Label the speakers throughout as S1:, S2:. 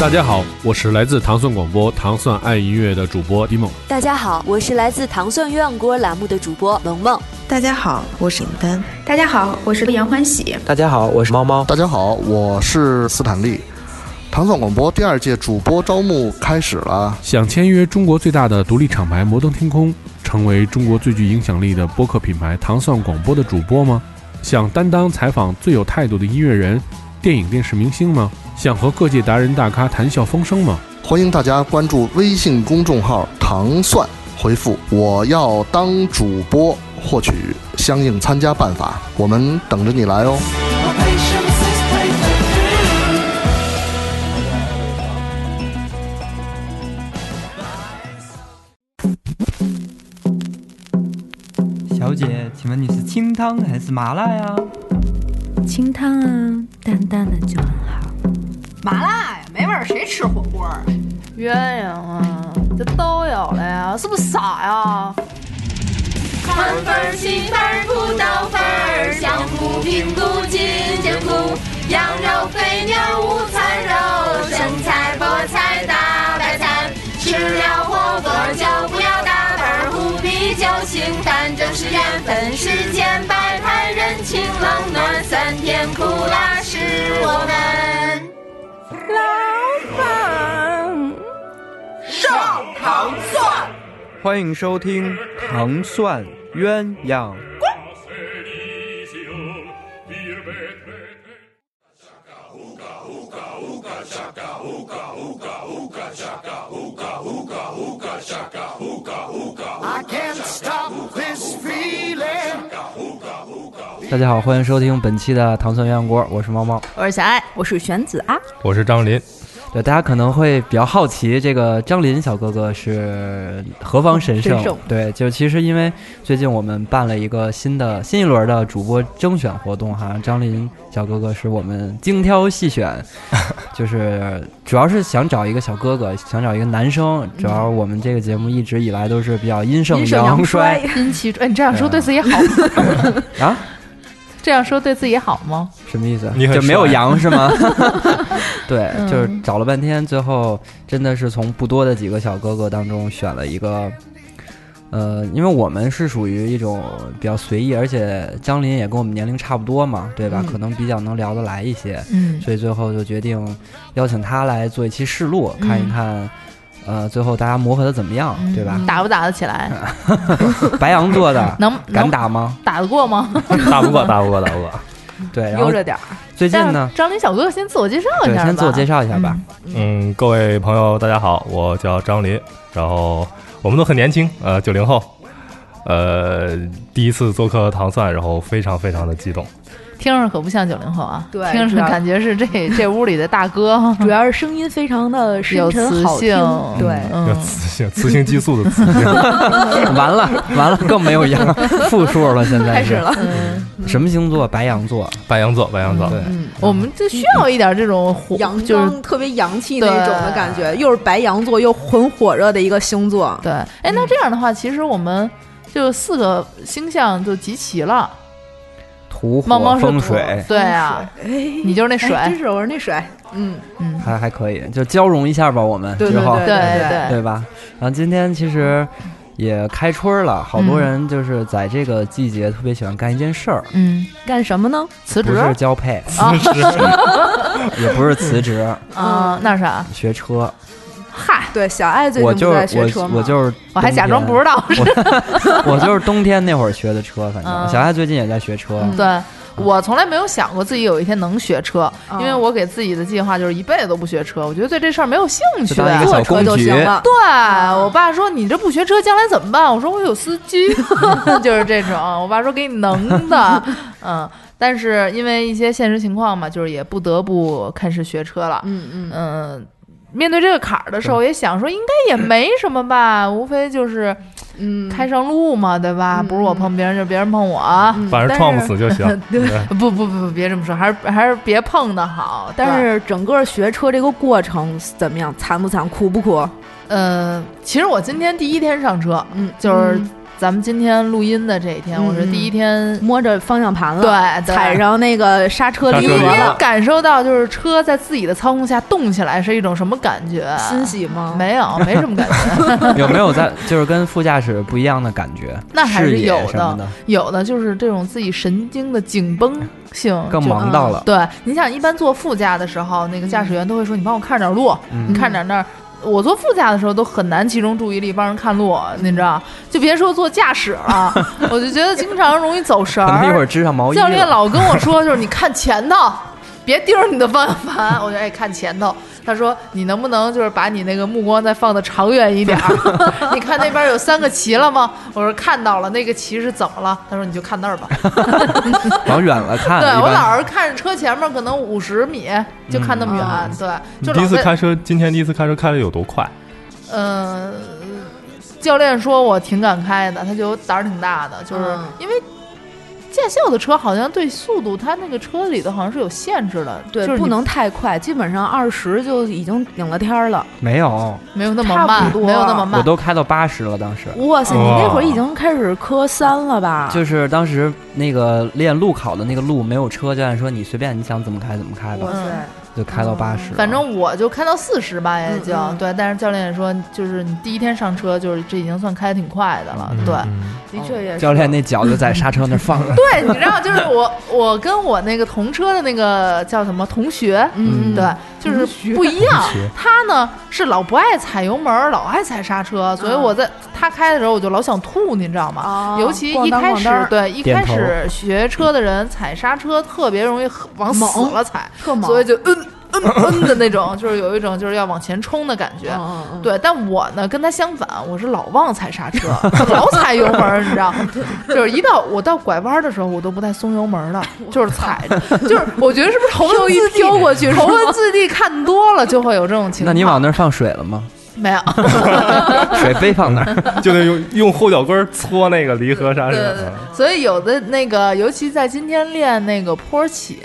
S1: 大家好，我是来自糖蒜广播《糖蒜爱音乐》的主播迪梦。
S2: 大家好，我是来自糖蒜鸳鸯锅栏目的主播萌萌。
S3: 大家好，我是尹丹。
S4: 大家好，我是杨欢喜。
S5: 大家好，我是猫猫。
S6: 大家好，我是斯坦利。糖蒜广播第二届主播招募开始了，
S1: 想签约中国最大的独立厂牌摩登天空，成为中国最具影响力的播客品牌糖蒜广播的主播吗？想担当采访最有态度的音乐人、电影电视明星吗？想和各界达人大咖谈笑风生吗？
S6: 欢迎大家关注微信公众号“糖蒜”，回复“我要当主播”获取相应参加办法。我们等着你来哦。
S7: 小姐，请问你是清汤还是麻辣呀？
S8: 清汤啊，淡淡的就很好。
S9: 麻辣呀，没味儿，谁吃火锅啊？
S10: 鸳鸯啊，这都有了呀，是不是傻呀？
S11: 三分儿、七分儿、不到分儿，相互评估进监估。羊肉、肥牛、午餐肉、生菜、菠菜、大白菜，吃了火锅就不要打分儿，胡啤酒、清淡正是缘分，世间百态，人情冷暖，酸甜苦辣是我们。
S12: 老板，
S11: 上糖蒜。
S7: 欢迎收听糖蒜鸳鸯。大家好，欢迎收听本期的糖蒜鸳鸯锅，我是猫猫。
S13: 我是小爱，我是玄子啊。
S14: 我是张林，
S7: 对，大家可能会比较好奇，这个张林小哥哥是何方神圣？
S13: 神圣
S7: 对，就其实因为最近我们办了一个新的新一轮的主播征选活动哈，张林小哥哥是我们精挑细 选，就是主要是想找一个小哥哥，想找一个男生。主要我们这个节目一直以来都是比较阴盛
S13: 阴盛
S7: 阳
S13: 阳
S7: 衰
S10: 殷其哎， 你这样说对自己好吗？
S7: 啊，
S10: 这样说对自己好吗？
S7: 什么意思？
S14: 你很
S7: 就没有
S14: 帅
S7: 羊是 吗？ 对，
S10: 嗯
S7: 就是找了半天，最后真的是从不多的几个小哥哥当中选了一个。呃，因为我们是属于一种比较随意，而且张琳也跟我们年龄差不多嘛，对吧？
S10: 嗯
S7: 可能比较能聊得来一些，
S10: 嗯
S7: 所以最后就决定邀请他来做一期试录，看
S10: 嗯
S7: 一看，呃，最后大家磨合的怎么样，对吧？
S10: 打不打得起来？嗯
S7: 白羊座 的
S10: 能
S7: 敢
S10: 能
S7: 打吗？
S10: 打得过吗？
S14: 打不过，打不过，打不过。
S7: 对，然后
S10: 悠着点儿。
S7: 最近
S10: 但
S7: 呢
S10: 是，张林小哥哥先自我介绍一
S7: 对，
S10: 下吧，
S7: 先自我介绍一下吧。
S14: 嗯，各位朋友，大家好，我叫张林，然后我们都很年轻，呃，九零后，呃，第一次做客糖蒜，然后非常非常的激动。
S10: 听着可不像九零后啊，
S13: 对
S10: 听
S13: 主
S10: 着
S13: 要
S10: 感觉是这这屋里的大哥，
S13: 主要是声音非常的深
S10: 有磁
S13: 沉好听
S10: 性，
S13: 对，
S14: 有
S10: 嗯，
S14: 雌性雌性激素的 雌性，
S7: 完了完了，更没有羊，负数了，现在
S13: 开
S7: 是
S13: 始了。
S10: 嗯
S7: 什么星座？白羊座。
S14: 白羊座，白羊座，
S7: 对，
S10: 我们就需要一点这种火，
S13: 阳
S10: 就是
S13: 刚特别洋气那种的
S10: 对
S13: 感觉，又是白羊座，又很火热的一个星座。
S10: 对，哎，那这样的话，其实我们就四个星象就集齐了。
S7: 土火
S10: 猫猫是
S7: 风
S10: 土
S7: 水，
S10: 对啊，
S13: 哎，
S10: 你就是那水，
S13: 哎真是我是那水，嗯，
S10: 嗯，
S7: 还还可以，就交融一下吧，我们
S13: 对
S7: 之后
S10: 对
S13: 对
S10: 对，
S7: 吧？然后今天其实也开春了，好多
S10: 嗯
S7: 人就是在这个季节特别喜欢干一件事儿，
S10: 嗯，
S13: 干什么呢？
S10: 辞
S7: 不
S10: 职啊
S7: 是交配，也不是辞职，
S13: 嗯
S10: 啊，那啥，
S7: 学车。
S10: 嗨，
S13: 对，小爱最
S7: 我
S13: 近
S7: 就
S13: 不在
S7: 是
S13: 学车
S7: 我
S13: 吗？
S7: 我就是
S10: 我还
S7: 冬
S10: 假装
S7: 天
S10: 不知道，
S7: 我就是冬天那会儿学的车，反正
S10: 嗯
S7: 小艾最近也在学车，
S13: 嗯
S10: 对。我从来没有想过自己有一天能学车，
S13: 嗯
S10: 因为我给自己的计划就是一辈子都不学车。我觉得对这事儿没有兴趣。
S7: 就
S10: 啊
S7: 当一个
S10: 对，
S7: 小
S13: 坐车就
S7: 公举
S13: 行了。
S10: 啊
S13: 啊
S10: 我爸说你这不学车将来怎么办？我说我有司 机，就是这种。我爸说给你能的，嗯。但是因为一些现实情况嘛，就是也不得不开始学车了。
S13: 嗯嗯，
S10: 嗯，面对这个坎儿的时候，也想说应该也没什么吧，无非就是
S13: 嗯，
S10: 开上路嘛，对吧？
S13: 嗯
S10: 不是我碰别人，就别人碰我。
S13: 嗯
S14: 反正
S10: 但
S14: 撞不
S10: 是
S14: 死就行。对
S10: 不不不不，别这么说，还是还是别碰的好。
S13: 但
S10: 对，
S13: 是整个学车这个过程怎么样？惨不惨？苦不苦？
S10: 呃，其实我今天第一天上车，
S13: 嗯，
S10: 就是
S13: 嗯
S10: 咱们今天录音的这一天，我是第一天
S13: 摸着方向盘了，
S10: 对，对
S13: 踩上那个刹车
S14: 刹
S13: 离
S14: 车
S13: 合
S14: 离合
S13: 了，
S10: 感受到就是车在自己的操控下动起来是一种什么感觉？
S13: 欣喜吗？
S10: 没有，没什么 感觉。
S7: 有没有在就是跟副驾驶不一样的感觉？
S10: 那还
S7: 视
S10: 是
S7: 野
S10: 有
S7: 什么的。
S10: 有的就是这种自己神经的紧绷性
S7: 更
S10: 就嗯
S7: 忙到了
S10: 对，你想一般坐副驾的时候，那个驾驶员都会说：“你帮我看着点儿路，
S7: 嗯
S10: 你看着点儿那儿。”我坐副驾的时候都很难集中注意力帮人看路，你知道？就别说坐驾驶 了，我就觉得经常容易走神
S7: 可能一会
S10: 儿
S7: 儿。织上毛衣
S10: 教练
S7: 了，
S10: 老跟我说，就是你看前头，别盯着你的方向盘。我就哎看前头。他说你能不能就是把你那个目光再放得长远一点儿？你看那边有三个旗了吗？我说看到了，那个旗是怎么了？他说你就看那儿吧。
S7: 往远了看。
S10: 对
S7: 一
S10: 我
S7: 般
S10: 老是看着车前面可能五十米就看那么远，对，
S14: 你
S10: 就
S14: 第一
S10: 老
S14: 次
S10: 在
S14: 开车，今天第一次开车开的有多快？
S10: 嗯、教练说我挺敢开的，他就胆儿挺大的，就是
S13: 嗯
S10: 因为。驾校的车好像对速度，它那个车里头好像是有限制的，
S13: 对，
S10: 就是你
S13: 不能太快，基本上二十就已经顶了天儿了。
S7: 没有，
S10: 没有那么
S13: 差不
S10: 慢，
S13: 多
S10: 没有那么慢
S7: 我。都开到八十了，当时。
S13: 哇塞，你那会儿
S14: 哇
S13: 已经开始科三了吧？
S7: 就是当时那个练路考的那个路没有车，教练说你随便你想怎么开怎么开吧
S13: 哇，
S10: 嗯
S13: 塞，
S7: 就开到八十。
S10: 反正我就开到四十吧，也
S13: 嗯
S10: 就、
S13: 嗯
S10: 对。但是教练也说，就是你第一天上车，就是这已经算开的挺快的
S7: 嗯
S10: 了。啊对，
S13: 的确也是。
S7: 教练那脚就在刹车那儿放着，
S10: 对，你知道，就是 我，我跟我那个同车的那个叫什么同学，
S13: 嗯，
S10: 对，就是不一样
S14: 同学。
S10: 他呢是老不爱踩油门儿，老爱踩刹车，所以我在他开的时候我就老想吐，你知道吗？
S2: 哦
S13: 啊，
S10: 尤其
S13: 咣
S10: 一
S13: 当
S10: 开
S13: 咣
S10: 始，
S13: 当儿
S10: 对一
S7: 点
S10: 开
S7: 头
S10: 始学车的人踩刹车特别容易往死
S13: 猛
S10: 了踩，
S13: 特猛，
S10: 所以就嗯嗯嗯的那种，就是有一种就是要往前冲的感觉。
S13: 嗯嗯嗯，
S10: 对，但我呢跟他相反，我是老忘踩刹车，老踩油门儿，你知道，就是一到我到拐弯儿的时候，我都不带松油门儿的， 就是踩着，就是我觉得是不是头文字 D
S13: 飘过去是
S10: 头文
S13: 吗
S10: 字 D 看多了就会有这种情
S7: 那
S10: 况。
S7: 你往那儿放水了 吗？
S10: 没有？
S7: 水杯放那儿，
S14: 就得用用后脚跟儿搓那个离合嗯刹
S10: 对
S14: 车。
S10: 对对，所以有的那个，尤其在今天练那个坡起，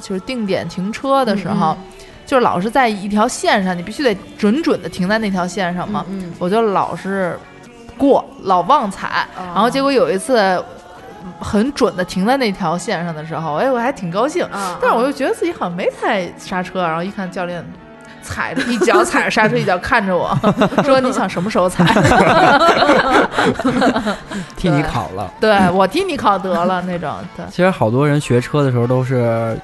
S10: 就是定点停车的时
S13: 嗯
S10: 候，就是老是在一条线上，你必须得准准的停在那条线上嘛。
S13: 嗯，
S10: 我就老是过，老忘踩，
S13: 哦
S10: 然后结果有一次很准的停在那条线上的时候，哎，我还挺高兴，
S13: 啊，
S10: 但是我又觉得自己好像没踩刹车，然后一看教练。踩着一脚踩着刹车，一脚看 着我说：“你想什么时候踩？”
S7: 替你考了。
S10: 对我替你考得了那种，对，
S7: 其实好多人学车的时候都是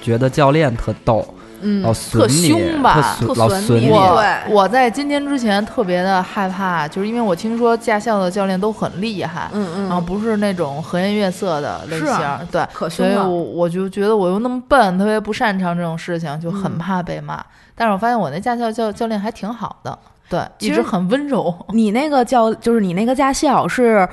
S7: 觉得教练特逗，
S13: 嗯
S7: 老损你，
S10: 特凶吧
S7: 特
S13: 特
S7: 老
S13: 损
S7: 损
S13: 你
S10: 我
S13: 对
S10: 我在今天之前特别的害怕，就是因为我听说驾校的教练都很厉害，
S13: 嗯嗯，
S10: 然后不是那种和颜悦色的类型，
S13: 是啊
S10: 对，
S13: 可
S10: 所
S13: 凶
S10: 以我
S13: 了，
S10: 我就觉得我又那么笨，特别不擅长这种事情，就很
S13: 嗯
S10: 怕被骂。但是我发现我那驾校教教练还挺好的，对，
S13: 其
S10: 一直
S13: 实
S10: 很温柔。
S13: 你那个教就是你那个驾校是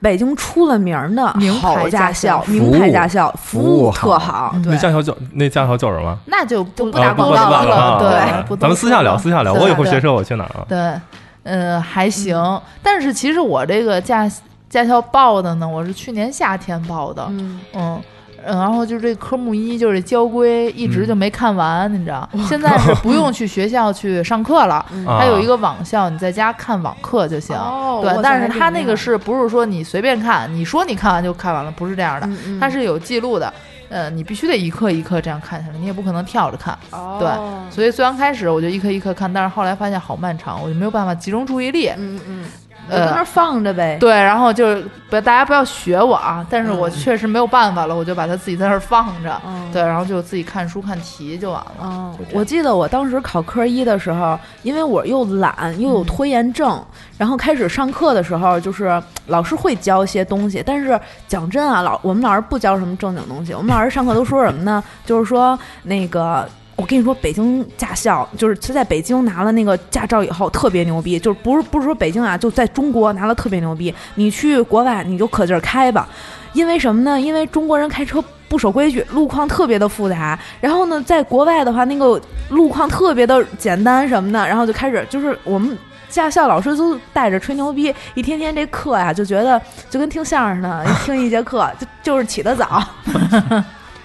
S13: 北京出了名儿的
S10: 名牌
S13: 好
S10: 驾校
S13: 校，
S7: 服
S13: 名
S7: 务
S13: 牌驾校，服
S7: 服务
S13: 务特
S7: 好
S13: 好，
S10: 对
S14: 那，驾校叫那驾校叫什么？
S10: 那就不
S13: 不打
S14: 啊
S13: 广
S14: 嗯不
S13: 告
S14: 不打
S13: 了
S14: 了，
S10: 对
S14: 啊
S10: 不多
S14: 咱们私下聊，
S10: 说
S14: 私下聊。
S10: 私下
S14: 我以后
S10: 聊
S14: 学车我去哪儿啊？
S10: 对，嗯，还行。但是其实我这个驾驾校报的呢，我是去年夏天报的，
S13: 嗯，
S10: 嗯。嗯，然后就是这科目一，就是这交规，一
S14: 嗯
S10: 直就没看完，你知道？现在是不用去学校去上课了，
S14: 啊
S10: 它有一个网校，你在家看网课就行。
S13: 哦
S10: 对，但是它那个，
S13: 哇塞
S10: 是不是说你随便看？你说你看完就看完了，不是这样
S13: 还
S10: 的，
S13: 挺厉害嗯嗯
S10: 它是有记录的。呃，你必须得一课一课这样看下来，你也不可能跳着看。对
S13: 哦
S10: 所以虽然开始我就一课一课看，但是后来发现好漫长，我就没有办法集中注意力。
S13: 嗯嗯，就
S10: 呃
S13: 在那儿放着呗，
S10: 对，然后就是不，大家不要学我啊！但是我
S13: 嗯
S10: 确实没有办法了，我就把它自己在那儿放着，
S13: 嗯，
S10: 对，然后就自己看书看题就完了。
S13: 哦
S10: 就这样
S13: 我记得我当时考科一的时候，因为我又懒又有拖延症，然后开始上课的时候，就是老师会教一些东西，但是讲真啊，老我们老师不教什么正经东西，我们老师上课都说什么呢？就是说那个。我跟你说，北京驾校就是他在北京拿了那个驾照以后特别牛逼，就是不是不是说北京啊，就在中国拿了特别牛逼。你去国外你就可劲儿开吧，因为什么呢？因为中国人开车不守规矩，路况特别的复杂。然后呢，在国外的话，那个路况特别的简单什么的，然后就开始就是我们。驾校老师都带着吹牛逼，一天天这课呀，就觉得就跟听相声呢，一听一节课 就就是起得早，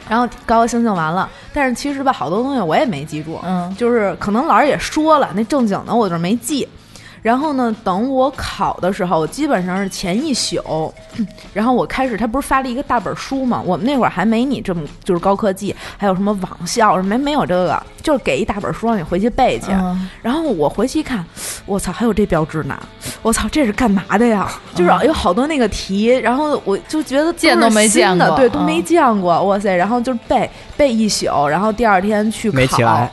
S13: 然后高高兴兴完了。但是其实吧，好多东西我也没记住，
S10: 嗯，
S13: 就是可能老师也说了，那正经的我就是没记。然后呢，等我考的时候，我基本上是前一宿， 然后我开始，他不是发了一个大本书嘛？我们那会儿还没你这么就是高科技，还有什么网校没没有这个，就是给一大本书让你回去背去。然后我回去一看，我操，还有这标志呢！我操，这是干嘛的呀？就是有好多那个题，然后我就觉得
S10: 见都没见过
S13: 的，对，都
S10: 嗯
S13: 没见过。哇塞，然后就是背背一宿，然后第二天去考。
S7: 没起来，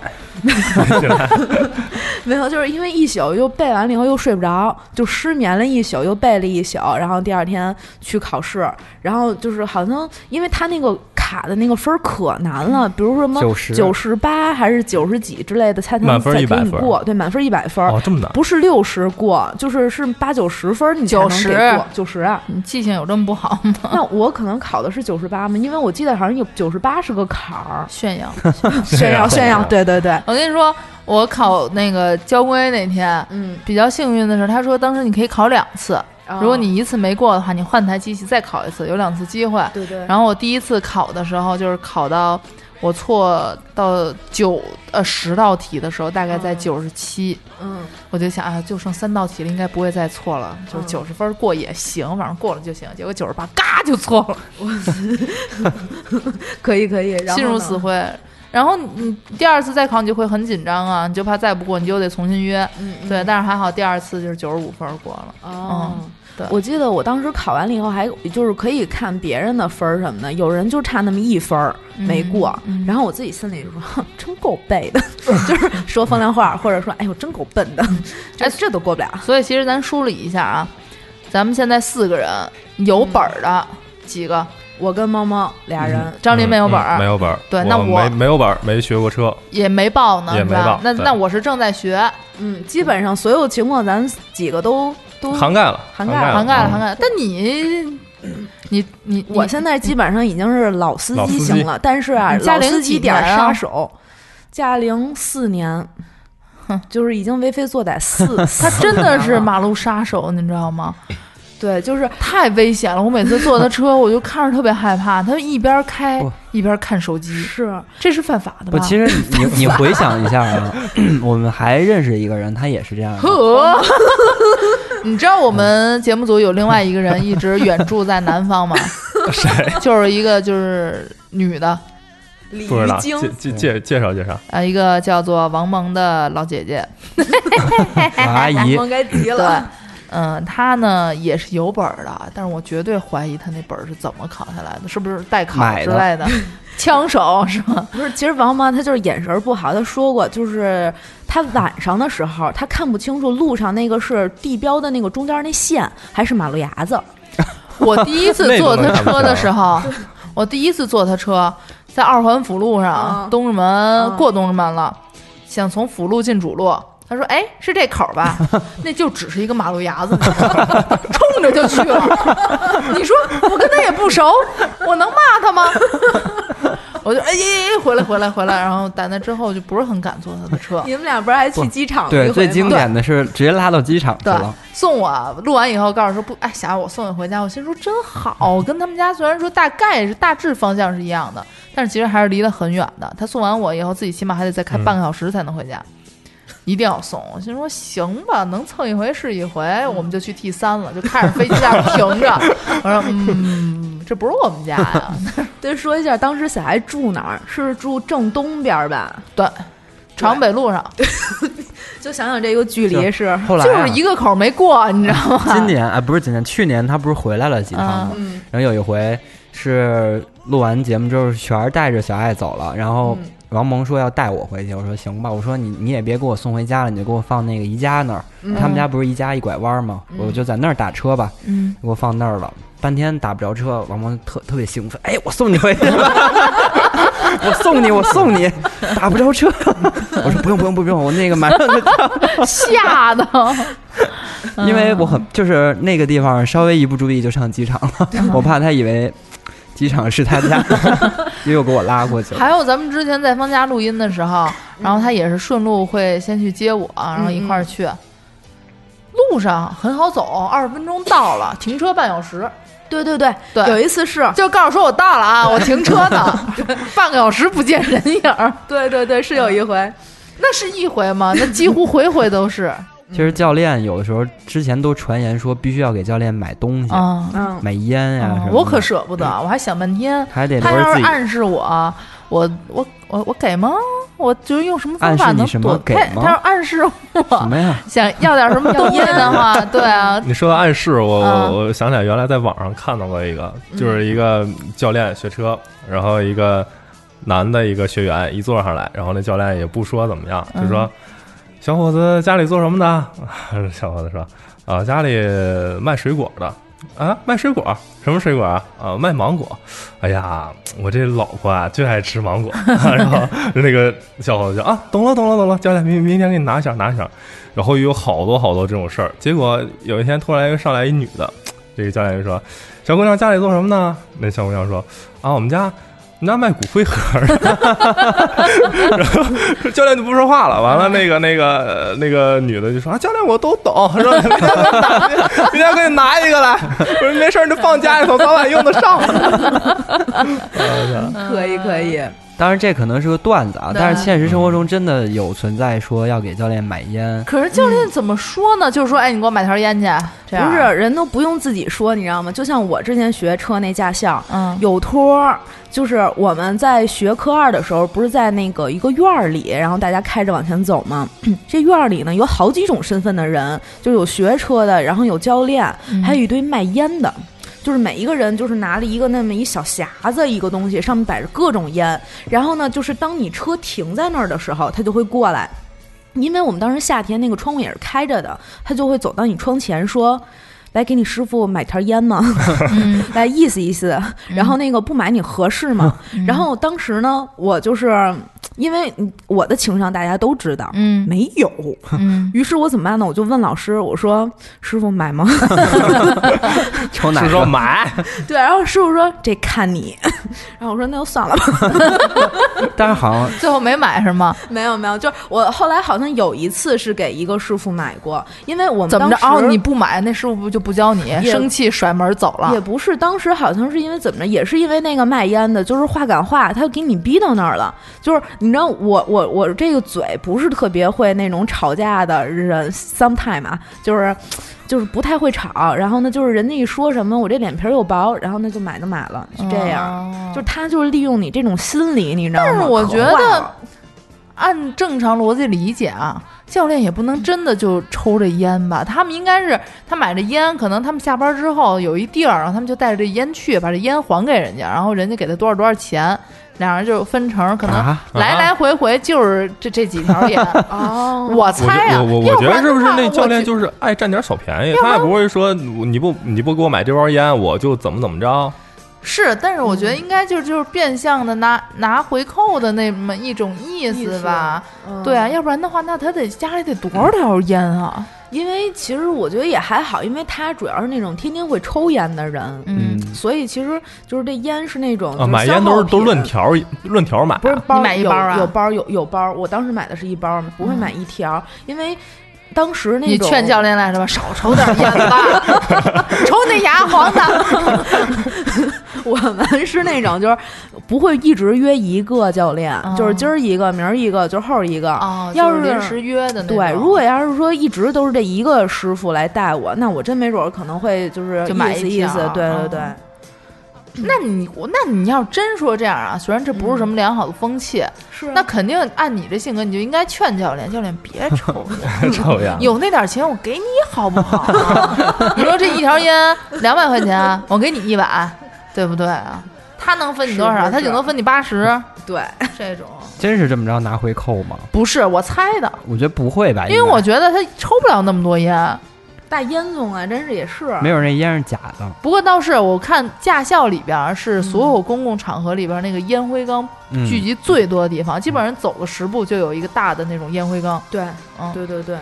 S13: 没有，就是因为一宿又背完了以后又睡不着，就失眠了一宿，又背了一宿，然后第二天去考试，然后就是好像因为他那个卡的那个分儿可难了，比如说什么
S7: 90
S13: 九十八还是九十几之类的，才才
S14: 满分
S13: 才
S14: 100
S13: 给你
S14: 分
S13: 过，对，满分一百分，
S14: 哦，这么难，
S13: 不是六十过，就是是八九十分儿你才能给
S10: 90
S13: 过，九十啊。
S10: 你嗯记性有这么不好吗？，
S13: 那我可能考的是九十八嘛，因为我记得好像有九十八是个坎儿
S10: 炫耀。
S13: 炫耀炫耀，对对对，
S10: 我跟你说，我考那个交规那天，嗯，比较幸运的是，他说当时你可以考两次，
S13: 哦
S10: 如果你一次没过的话，你换台机器再考一次，有两次机会。
S13: 对对
S10: 然后我第一次考的时候，就是考到我错到九呃十道题的时候，
S13: 哦
S10: 大概在九十七，
S13: 嗯，
S10: 我就想啊，就剩三道题了，应该不会再错了，就是
S13: 嗯
S10: 九十分过也行，反正过了就行。结果九十八，嘎就错了。
S13: 可以可以，然后
S10: 心如
S13: 呢
S10: 死灰。然后你你第二次再考，你就会很紧张啊，你就怕再不过，你就得重新约。
S13: 嗯嗯
S10: 对，但是还好第二次就是九十五分过了。
S13: 哦。
S10: 嗯，对，
S13: 我记得我当时考完了以后，还就是可以看别人的分儿什么的，有人就差那么一分儿没
S10: 嗯
S13: 过，然后我自己心里就说 哼真够背的，就是说风凉话，或者说哎呦真够笨的， 哎这都过不了。
S10: 所以其实咱梳理一下啊，咱们现在四个人有本儿的、
S13: 嗯
S10: 几个，
S13: 我跟猫猫俩人，
S10: 张琳没有本
S14: 嗯
S10: 儿、
S14: 没有本儿。
S10: 对那我
S14: 没没有本儿，没学过车，
S10: 也没报呢，
S14: 也
S10: 是
S14: 没
S10: 吧
S14: 报？
S10: 那
S14: 对
S10: 那我是正在学，
S13: 嗯，基本上所有情况咱几个都都
S14: 涵盖了，
S13: 涵
S14: 盖
S10: 涵盖了涵
S14: 嗯
S10: 盖了。但你你你
S13: 我现在基本上已经是老司
S14: 老司
S13: 机
S14: 机
S13: 型了，但是啊，
S10: 你驾
S13: 老
S10: 龄
S13: 司
S10: 几
S13: 机点儿
S10: 年啊
S13: 杀手，驾龄四年，就是已经为非作歹四，
S10: 他
S13: 他
S10: 真的是马路杀手，你知道吗？
S13: 对，就是
S10: 太危险了！我每次坐他车，我就看着特别害怕。他一边开
S7: 不
S10: 一边看手机，
S13: 是
S10: 这是犯法的
S7: 不，
S10: 吧？
S7: 其实你你回想一下啊，我们还认识一个人，他也是这样的。
S10: 呵，你知道我们节目组有另外一个人一直远住在南 方吗？
S14: 谁
S10: 就是一个就是女的
S13: 鲤
S14: 不知道？
S13: 鱼
S14: 介
S13: 精，
S14: 介介介绍介绍，
S10: 啊，一个叫做王蒙的老姐姐。
S7: 老阿姨
S13: 忘该急
S10: 对
S13: 了。，
S10: 嗯，她呢也是有本儿的，但是我绝对怀疑她那本儿是怎么考下来的，是不是代考
S7: 买
S10: 之
S7: 的
S10: 类的？枪手是吗？
S13: 不是，其实王妈她就是眼神不好，她说过，就是她晚上的时候，她看不清楚路上那个是地标的那个中间那线，还是马路牙子。
S10: 我第一次坐他车的时候，我第一次坐他车在二环辅路上，
S13: 嗯
S10: 东直门
S13: 嗯
S10: 过东直门了，想从辅路进主路。他说：“哎，是这口儿吧？那就只是一个马路牙子， 冲着就去了。你说我跟他也不熟，我能骂他吗？我就哎哎哎，回来回来回来。然后打那之后就不是很敢坐他的车。
S13: 你们俩不是还去机场
S7: 对，最经典的是直接拉到机场去
S10: 对
S7: 了。，
S10: 送我录完以后告诉说不，哎，霞，我送你回家。我心说真好，跟他们家虽然说大概是大致方向是一样的，但是其实还是离得很远的。他送完我以后，自己起码还得再
S7: 嗯
S10: 开半个小时才能回家，一定要送。我心说行吧，能蹭一回是一回，我们就去 T 三了，就看着飞机架停着。我说嗯，这不是我们 家呀，
S13: 对，说一下当时小孩住哪儿？是住正东边儿吧？
S10: 对，朝阳北路上
S13: 就想想这个距离是，
S7: 后来
S10: 就
S7: 啊
S10: 是一个口没过，你知道吗？
S7: 今年啊，不是今年，去年他不是回来了几趟吗？
S13: 嗯，
S7: 然后有一回是录完节目之后，璇儿带着小爱走了，然后
S13: 嗯
S7: 王蒙说要带我回去，我说行吧，我说你你也别给我送回家了，你就给我放那个宜家那儿，
S13: 嗯
S7: 他们家不是宜家一拐弯吗？我就在那儿打车吧，
S10: 嗯，
S7: 给我放那儿了，半天打不着车，王蒙特特别兴奋，哎，我送你回去吧。我送你，我送你，打不着车。我说不用不用不用，我那个马上就
S10: 吓的，
S7: 因为我很就是那个地方稍微一不注意就上机场了，
S10: 嗯
S7: 我怕他以为机场是他家， 又给我拉过去了。
S10: 还有咱们之前在方家录音的时候，
S13: 嗯
S10: 然后他也是顺路会先去接我，然后一块儿去。
S13: 嗯
S10: 路上很好走，二十分钟到了，停车半小时，
S13: 对对对，
S10: 对
S13: 有一次是，
S10: 就告诉说我到 了啊，我停车呢，半个小时不见人影儿，嗯
S13: 对对对，是有一回，
S10: 那是一回吗？那几乎回回都是，
S7: 其实教练有的时候之前都传言说必须要给教练买东西
S10: 啊嗯，
S7: 买烟哎呀、什么的。
S10: 我可舍不得，我还想半天。
S7: 还得
S10: 他
S7: 留着
S10: 要
S7: 自
S10: 是
S7: 己
S10: 暗示我，我我我我给吗？我就是用什么方
S7: 暗
S10: 法
S7: 示
S10: 能
S7: 你什么
S10: 躲
S7: 给
S10: 开？
S14: 吗
S10: 他要暗示
S7: 什
S10: 我
S7: 么呀？
S10: 想要点什么东西的话，对啊，
S14: 你说到暗示，我
S10: 啊
S14: 我我想起来，原来在网上看到过一个，
S10: 嗯
S14: 就是一个教练学车，然后一个男的一个学员一坐上来，然后那教练也不说怎么样，就说
S5: 嗯：“
S14: 小伙子家里做什么的？” 小伙子说：“啊，家里卖水果的。”啊，卖水果？什么水果啊？啊，卖芒果。哎呀，我这老婆啊，最爱吃芒果。 然后那个小伙子就啊，懂了，懂了，懂了，教练明明天给你拿一箱，拿一箱。然后有好多好多这种事儿。结果有一天突然又上来一女的，这个教练就说：“小姑娘家里做什么呢？”那小姑娘说：“啊，我们家。”我们家卖骨灰盒 儿，然后教练就不说话了。完了，那个那个呃那个女的就说：“啊，教练我都懂，说 明天给我拿明天给你拿一个来。”我说：“没事儿，你就放家里头，早晚用得上。”
S13: 可以可以，
S7: 当然，这可能是个段子啊，
S10: 对
S7: 但是现实生活中真的有存在说要给教练买 烟，
S10: 可是教练怎么说呢？就是说，哎，你给我买条烟去，这样
S13: 不是人都不用自己说，你知道吗？就像我之前学车那驾校，
S10: 嗯，
S13: 有托儿，就是我们在学科二的时候，不是在那个一个院儿里，然后大家开着往前走吗？ 这院儿里呢有好几种身份的人，就是有学车的，然后有教练，
S10: 嗯
S13: 还有一堆卖烟的。就是每一个人就是拿了一个那么一小匣子一个东西，上面摆着各种烟。然后呢，就是当你车停在那儿的时候，他就会过来，因为我们当时夏天那个窗户也是开着的，他就会走到你窗前说：“来给你师傅买条烟吗？
S10: 嗯
S13: 来意思意思。”然后那个不买你合适吗？
S10: 嗯
S13: 然后当时呢，我就是因为我的情商大家都知道，
S10: 嗯，
S13: 没有，
S10: 嗯，
S13: 于是我怎么办呢？我就问老师，我说：“师傅买吗？”
S7: 抽奶
S14: 是说买，
S13: 对，啊然后师傅说：“这看你。”然后我说：“那就算了吧。”
S7: 但是好像
S10: 最后没买是吗？
S13: 没有没有，就是我后来好像有一次是给一个师傅买过，因为我们
S10: 怎么着？
S13: 当
S10: 哦，
S13: 时
S10: 你不买，那师傅不就不教你？
S13: 也
S10: 生气甩门走了
S13: 也。不是，当时好像是因为怎么着，也是因为那个卖烟的，就是话赶话，他给你逼到那儿了。就是你知道我我我这个嘴不是特别会那种吵架的人，sometime 啊，就是就是不太会吵。然后呢，就是人家一说什么，我这脸皮儿又薄，然后呢就买就买了，
S14: 嗯
S13: 是这样。
S10: 哦
S13: 就是他就是利用你这种心理，你知道吗？
S10: 但是我觉
S13: 可坏了
S10: 得，按正常逻辑理解啊，教练也不能真的就抽着烟吧？他们应该是他买着烟，可能他们下班之后有一地儿，然后他们就带着这烟去，把这烟还给人家，然后人家给他多少多少钱，俩人就分成，可能
S14: 啊
S10: 来来回回就是这这几 条烟。
S13: 哦
S10: 我猜啊，
S14: 我就我我
S10: 要
S14: 我觉得
S10: 然
S14: 是不是
S10: 的话
S14: 那教
S10: 我
S14: 练
S10: 觉
S14: 就是爱占点小便宜
S10: 要，不
S14: 他
S10: 然
S14: 也不会说你不你不给我买这包烟，我就怎么怎么着。啊
S10: 是，但是我觉得应该就是就是变相的拿拿回扣的那么一种意思吧，
S13: 嗯
S10: 对啊，要不然的话，那他得家里得多少条烟啊？
S13: 因为哎其实我觉得也还好，因为他主要是那种天天会抽烟的人，
S14: 嗯
S13: 所以其实就是这烟是那种
S14: 啊，买烟都是都论条儿论条儿买，
S13: 不 是包
S10: 买一包啊嗯
S13: 有有包有有包，我当时买的是一包，不会买一条，因为当时那
S10: 你
S13: 种
S10: 劝教练来着吧，少抽点烟吧， 抽那牙黄的。
S13: 我们 是那种就是不会一直约一个教练，就是今儿一个，明儿一个，就是后儿一个。要
S10: 嗯哦就是是临时约的那
S13: 对，
S10: 种
S13: 如果要是说一直都是这一个师傅来带我，那我真没准儿可能会就是
S10: 就买
S13: 意思
S10: 一
S13: 意
S10: 条嗯
S13: 思，对对对。
S10: 那你我那你要真说这样啊，虽然这不是什么良好的风气，
S13: 嗯是啊
S10: 那肯定按你这性格，你就应该劝教练，教练别抽了
S14: 抽烟
S10: 有那点钱我给你好不好啊、 你说这一条烟两百块钱，我给你一百，对不对啊？他能分你多少？
S13: 是不是
S10: 他就能分你八十。
S13: 对，
S10: 这种
S7: 真是这么着拿回扣吗？
S10: 不是我猜的，
S7: 我觉得不会吧，
S10: 因为
S7: 应该
S10: 我觉得他抽不了那么多烟。
S13: 大烟囱啊，真是也是
S7: 没有那烟是假的。
S10: 不过倒是我看驾校里边儿
S13: 嗯
S10: 是所有公共场合里边儿那个烟灰缸
S7: 嗯
S10: 聚集最多的地方，基本上走个十步就有一个大的那种烟灰缸。嗯
S13: 对，对对对。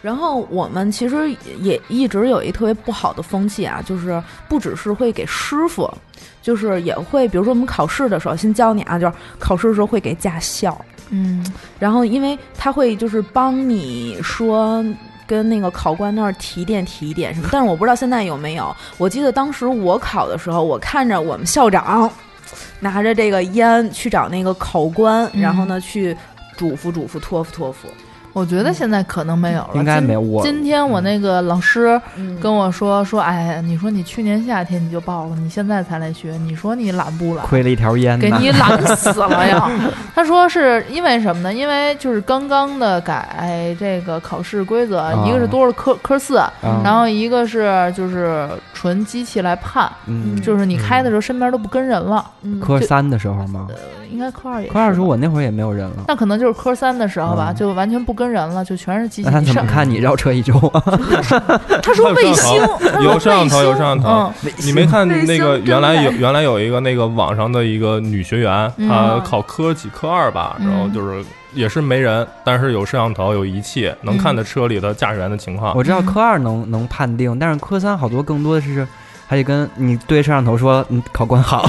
S13: 然后我们其实也一直有一特别不好的风气啊，就是不只是会给师傅，就是也会，比如说我们考试的时候，先教你啊，就是考试的时候会给驾校，
S10: 嗯，
S13: 然后因为他会就是帮你说。跟那个考官那儿提点提点什么，但是我不知道现在有没有。我记得当时我考的时候，我看着我们校长 拿
S10: 嗯
S13: 着这个烟去找那个考官，然后呢去嘱咐嘱咐、托付托付。
S10: 我觉得现在可能没有了，
S7: 应该
S10: 今
S7: 没有我嗯
S10: 今天我那个老师跟我说说，哎，你说你去年夏天你就报了，你现在才来学，你说你懒不懒？
S7: 亏了一条烟呢，
S10: 给你懒死了呀！他说是因为什么呢？因为就是刚刚的改这个考试规则，
S7: 啊
S10: 一个是多了科科四，
S7: 嗯
S10: 然后一个是就是纯机器来判，
S7: 嗯
S10: 就是你开的时候身边都不跟人了，嗯
S7: 科
S10: 就
S7: 三的时候吗？
S10: 应该科二也
S7: 科二时候我那会儿也没有人了，
S10: 那可能就是科三的时候吧，
S7: 嗯
S10: 就完全不跟人了，就全是机器。
S7: 那他
S10: 你
S7: 怎
S10: 上
S7: 么看你绕车一周 啊？
S10: 他说卫星，
S14: 有摄像头，有摄像头
S10: 嗯。
S14: 你没看
S10: 卫星
S14: 那个
S10: 真
S14: 原来有
S10: 美
S14: 原来有一个那个网上的一个女学员，
S10: 嗯
S14: 她考科几科二吧，
S10: 嗯
S14: 然后就是也是没人，但是有摄像头，有仪器，能
S7: 嗯
S14: 看到车里的驾驶员的情况。
S7: 我知道科二能能判定，但是科三好多更多的是还得跟你对摄像头说你考官好，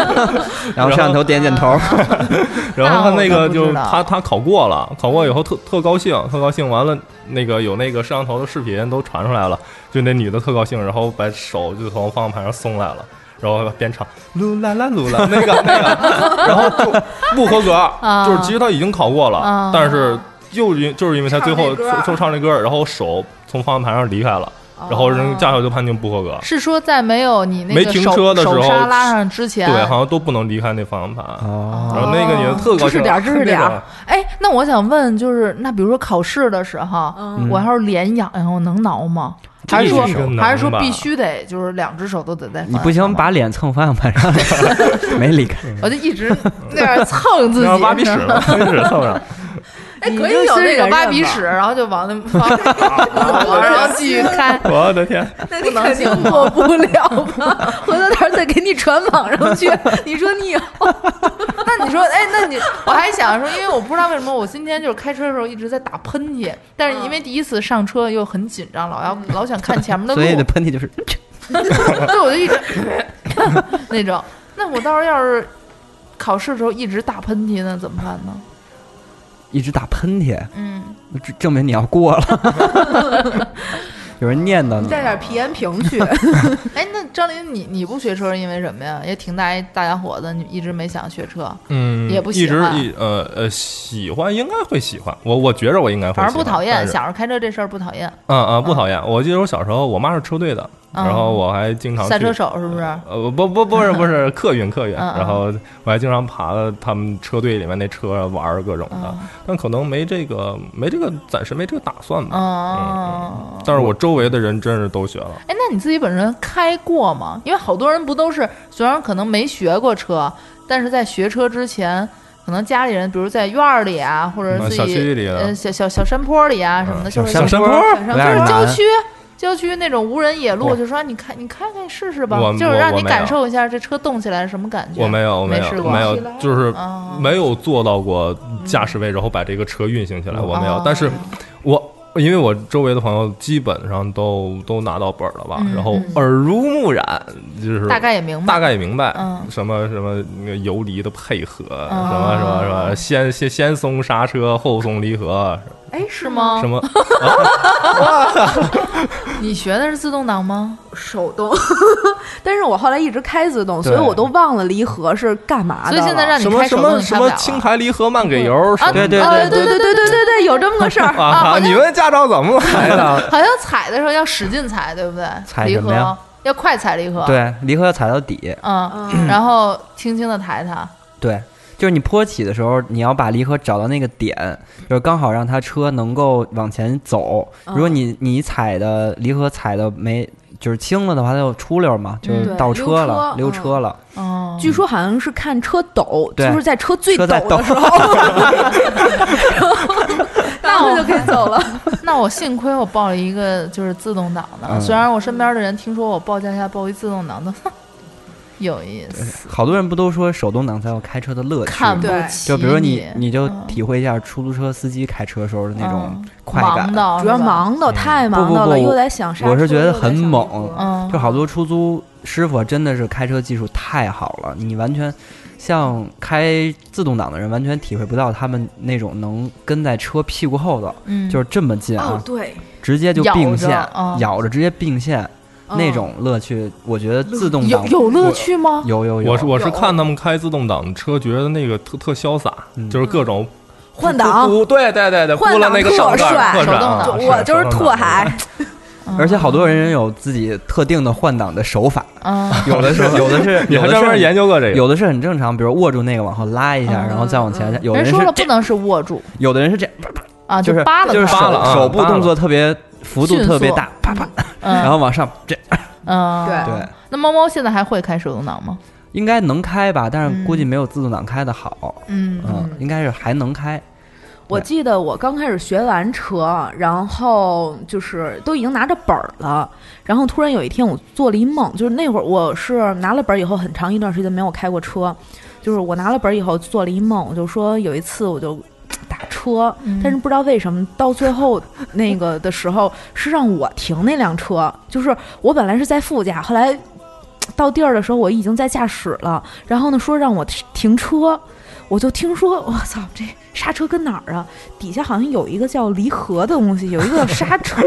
S7: 然后摄像头点点头，
S10: 啊
S14: 然后他那个就
S7: 那我就不知道
S14: 他他考过了，考过以后特特高兴，特高兴。完了，那个有那个摄像头的视频都传出来了，就那女的特高兴，然后把手就从方向盘上松来了，然后边唱噜啦啦噜啦那个那个，然后就不合格，
S10: 啊
S14: 就是其实他已经考过了
S10: 啊，
S14: 但是就因就是因为他最后
S10: 唱那歌
S14: 就唱这歌，然后手从方向盘上离开了，
S10: 哦
S14: 然后人驾校就判定不合格。
S10: 是说在没有你那
S14: 没
S10: 个
S14: 停
S10: 手
S14: 车的时
S10: 手
S14: 候
S10: 刹拉上之前，
S14: 对，好像都不能离开那方向盘。
S10: 哦
S14: 然后那个女的特高兴，
S10: 知识点儿，知识点
S14: 那
S10: 儿
S14: 个。
S10: 哎，那我想问，就是那比如说考试的时候，
S14: 嗯
S10: 我要是脸痒痒，我能挠吗？
S7: 这
S10: 还是说
S7: 一只手能吧
S10: 还是说必须得就是两只手都得在？
S7: 你不行，把脸蹭方向盘上， 没离开。
S10: 我就一直那样蹭自己，
S7: 那挖鼻屎了
S14: 真是凑 上。
S10: 哎，
S13: 你
S10: 可以
S13: 就
S10: 有
S13: 是
S10: 那个
S13: 忍
S10: 挖
S13: 忍
S10: 鼻
S13: 吧
S10: 屎，然后就往 那往那然后继续 开。
S14: 我的天！
S10: 不能
S13: 肯
S10: 行
S13: 定
S10: 吗
S13: 做不了吧？回头到时候再给你传网上去。你说 你有，
S10: 那你说，哎，那你我还想说，因为我不知道为什么我今天就是开车的时候一直在打喷嚏，但是因为第一次上车又很紧张，老要老想看前面的路
S7: 所，以你的喷嚏就是，
S10: 对，我就一直那种。那我到时候要是考试的时候一直打喷嚏，那怎么办呢？
S7: 一直打喷嚏，
S10: 嗯，
S7: 证证明你要过了。 有人念
S14: 嗯
S7: 叨你，
S13: 带点皮炎平 去。
S10: 哎，那张琳，你你不学车是因为什么呀？也挺大一大小伙子，你一直没想学车，
S14: 嗯，
S10: 也不
S14: 一
S10: 喜
S14: 直
S10: 欢
S14: 一呃呃喜欢，应该会喜欢。我我觉着我应该会喜
S10: 反
S14: 欢，
S10: 正不讨厌，
S14: 但是
S10: 想着开车这事儿不讨厌。
S14: 嗯嗯不讨厌。我记得我小时候，我妈是车队的，
S10: 嗯
S14: 然后我还经常
S10: 赛
S14: 去
S10: 车。手是不是？
S14: 呃不不不是不是客运客运，
S10: 嗯嗯
S14: 然后我还经常爬了他们车队里面那车玩儿各种的，
S10: 嗯
S14: 但可能没这个没这个暂时没这个打算
S10: 嗯
S14: 吧。
S10: 哦、
S14: 嗯但是我周围的人真是都学了，
S10: 哎，那你自己本身开过吗？因为好多人不都是虽然可能没学过车，但是在学车之前，可能家里人，比如在院儿里啊，或者
S14: 嗯
S10: 自己
S14: 小区里啊
S10: 呃小小小山坡里啊什么的，就
S14: 嗯
S10: 是
S14: 小山
S10: 小
S14: 坡
S10: 山
S14: 有点
S10: 就是郊
S14: 难
S10: 区。郊区那种无人野路，
S14: 我
S10: 就说你开你开开试试吧
S14: 我，
S10: 就是
S14: 我
S10: 让
S14: 我
S10: 你
S14: 没
S10: 感
S14: 有
S10: 受一下这车动起来是什么感觉。
S14: 我没有，我没
S10: 试
S14: 有，
S10: 过，
S14: 没有，就是
S10: 哦
S14: 没有做到过驾驶位，然后把这个车运行起来，我没有
S10: 哦。
S14: 但是我因为我周围的朋友基本上都都拿到本儿了吧
S10: 嗯，
S14: 然后
S10: 嗯
S14: 耳濡目染，就是
S10: 大概也明白
S14: 大概也明白
S10: 嗯
S14: 什么什么那个游离的配合，什
S10: 哦
S14: 么什么什么先先先松刹车，后松离合，
S10: 哎，是
S13: 哦
S10: 吗？
S14: 什么
S10: 你学的是自动挡吗？
S13: 手动，但是我后来一直开自动，所以
S14: 对
S13: 我都忘了离合是干嘛的了。
S10: 所以现在让你
S14: 什么
S10: 开手啊
S14: 什
S10: 动
S14: 么
S10: 你
S14: 什
S10: 开不
S14: 么
S10: 了了
S14: 轻抬离合慢给油，什么
S7: 对对
S13: 啊对
S7: 对
S13: 对对对对对，有这么个事儿
S14: 啊！你们驾照怎么来的？
S10: 好像踩的时候要使劲踩，对不对？
S7: 踩
S10: 离
S7: 什么呀
S10: 合要快踩离合。，
S7: 对，离合要踩到底，
S10: 嗯，然后轻轻的抬它。
S7: 对，就是你坡起的时候，你要把离合找到那个点，就是刚好让它车能够往前走。
S13: 嗯
S7: 如果你你踩的离合踩的没就是轻了的话，它就出溜嘛，就
S13: 嗯
S7: 是
S13: 对
S7: 倒
S13: 溜
S7: 车了，
S13: 车
S7: 溜
S13: 嗯
S7: 车了。
S10: 哦，
S13: 据说好像是看车抖，
S7: 对
S13: 就是在车最
S7: 车在
S13: 抖的
S7: 抖
S13: 时候，然后就可以走了。
S10: 那我幸亏我报了一个就是自动挡的，
S7: 嗯
S10: 虽然我身边的人听说我报价下报一自动挡的， 哼有意思。
S7: 好多人不都说手动挡才有开车的乐趣？
S10: 看不
S7: 对
S10: 起
S7: 就比如你，
S10: 你
S7: 你就体会一下出租车司机开车时候的那种快感。
S10: 嗯
S7: 啊
S10: 到哎
S13: 主要忙到哦太
S7: 不
S13: 忙
S7: 不
S13: 到了，
S7: 不，
S13: 又在想刹车，
S7: 我是觉得
S13: 又在
S7: 很
S13: 想
S7: 猛，
S10: 嗯
S7: 就好多出租师傅真的是开车技术太好了，你完全像开自动挡的人，完全体会不到他们那种能跟在车屁股后头，
S10: 嗯
S7: 就是这么近啊，
S13: 对，
S7: 直接就
S10: 咬
S7: 并
S10: 着
S7: 线，
S10: 嗯
S7: 咬着直接并线。
S10: 嗯
S7: 那种乐趣，我觉得自动
S10: 有
S7: 挡
S10: 有乐
S7: 我
S10: 趣吗？
S7: 有有有，
S14: 我是我是看他们开自动挡的车，觉得那个特特潇洒，就是各种
S13: 换挡
S14: 咕，对对对对，
S13: 换
S14: 咕了
S13: 挡
S14: 那个
S13: 特
S14: 挡杆
S13: 帅，
S14: 特帅啊，
S13: 就
S14: 啊
S13: 我就是拓。海，
S10: 嗯
S7: 而且好多人有自己特定的换挡的手法，
S10: 啊
S7: 有的是有的是，
S14: 你还专门研究过这个
S7: 有的是很正常，比如握住那个往后拉一下，然后再往前，有的
S10: 人
S7: 人
S10: 说
S7: 是
S10: 了不能是握住
S7: 有的人是这样，
S10: 啊，
S7: 就是
S10: 扒拉
S7: 就是
S10: 它
S14: 扒拉啊
S7: 手手部
S14: 扒拉
S7: 动作特别幅度
S10: 迅速
S7: 特别大，啪啪，
S10: 嗯
S7: 然后往上这
S10: 嗯，
S7: 对。
S10: 那猫猫现在还会开手动挡吗？
S7: 应该能开吧，但是估计没有自动挡开的好。
S10: 嗯
S7: 应该是还能开。
S13: 我记得我刚开始学完车，然后就是都已经拿着本儿了，然后突然有一天我做了一梦，就是那会儿我是拿了本儿以后很长一段时间没有开过车，就是我拿了本儿以后做了一梦，我就说有一次我就。打车，
S10: 嗯
S13: 但是不知道为什么到最后那个的时候是让我停那辆车，就是我本来是在副驾，后来到地儿的时候我已经在驾驶了，然后呢说让我停车，我就听说我操这刹车跟哪儿啊？底下好像有一个叫离合的东西，有一个叫刹车、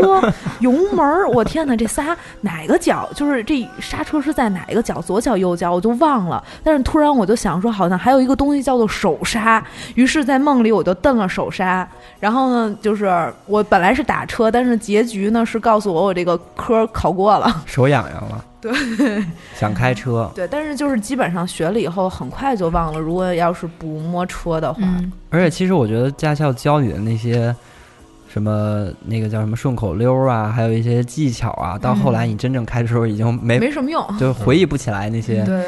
S13: 油门儿，我天哪，这仨哪个脚？就是这刹车是在哪一个脚？左脚、右脚，我就忘了。但是突然我就想说，好像还有一个东西叫做手刹，于是，在梦里我就蹬了手刹。然后呢，就是我本来是打车，但是结局呢是告诉我我这个科儿考过了。
S7: 手痒痒了，
S13: 对。
S7: 想开车。
S13: 对，但是就是基本上学了以后，很快就忘了。如果要是不摸车的话，
S7: 而且其实我觉得驾校教你的那些什么那个叫什么顺口溜啊，还有一些技巧啊，到后来你真正开的时候已经没
S13: 没什么用
S7: 就回忆不起来那些。
S13: 对。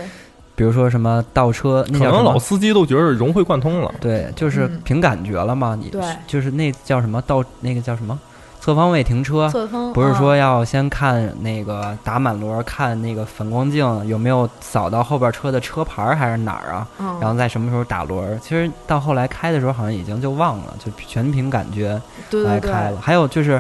S7: 比如说什么倒车，那
S14: 可
S7: 叫什
S14: 能
S7: 么
S14: 老司机都觉得融会贯通了。
S7: 对，就是
S13: 嗯
S7: 凭感觉了嘛。你
S13: 对
S7: 就是那叫什么倒那个叫什么侧方位停车，
S13: 侧方
S7: 不是
S13: 啊
S7: 说要先看那个打满轮，看那个反光镜有没有扫到后边车的车牌儿还是哪儿啊？
S13: 嗯
S7: 然后在什么时候打轮儿？其实到后来开的时候好像已经就忘了，就全凭感觉
S13: 对对
S7: 来
S13: 对嗯
S7: 开了。还有就是。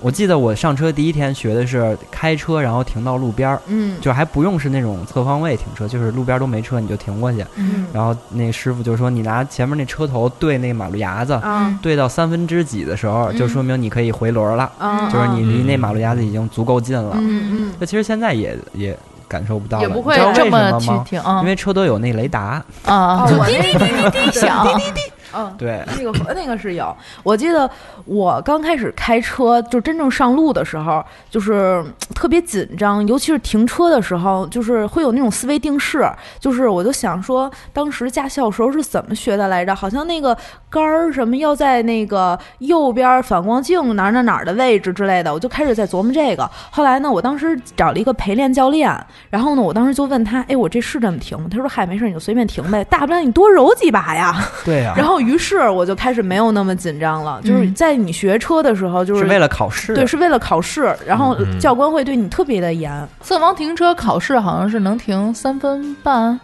S7: 我记得我上车第一天学的是开车，然后停到路边儿，
S13: 嗯
S7: 就还不用是那种侧方位停车，就是路边儿都没车你就停过去，
S13: 嗯
S7: 然后那师傅就说：“你拿前面那车头对那马路牙子，
S10: 啊
S13: 嗯
S7: 对到三分之几的时候，
S13: 嗯
S7: 就说明你可以回轮了，
S13: 嗯
S7: 就是你离那马路牙子已经足够近了。
S13: 嗯
S7: 那其实现在也也感受不到了，
S10: 也不会
S7: 你知道
S10: 这
S7: 为
S10: 么
S7: 什么吗
S10: 去听嗯
S7: 因为车都有那雷达
S10: 啊，
S7: 就
S10: 就滴滴滴 滴滴响，
S13: 滴滴滴，嗯，
S7: 对
S13: 那个那个是有。我记得我刚开始开车，就真正上路的时候，就是嗯特别紧张，尤其是停车的时候，就是会有那种思维定式。就是我就想说，当时驾校时候是怎么学的来着？好像那个杆儿什么要在那个右边反光镜哪儿哪儿哪儿的位置之类的，我就开始在琢磨这个。后来呢，我当时找了一个陪练教练，然后呢，我当时就问他，哎，我这是这么停吗？他说，嗨，没事，你就随便停呗，大不了你多揉几把呀。
S7: 对呀、
S13: 然后，于是我就开始没有那么紧张
S10: 嗯
S13: 了，就是在你学车的时候，就是
S7: 为了考试，
S13: 对，是为了考试，然后
S7: 嗯
S13: 教官会对你特别的严。
S10: 侧方停车考试好像是能停三分半，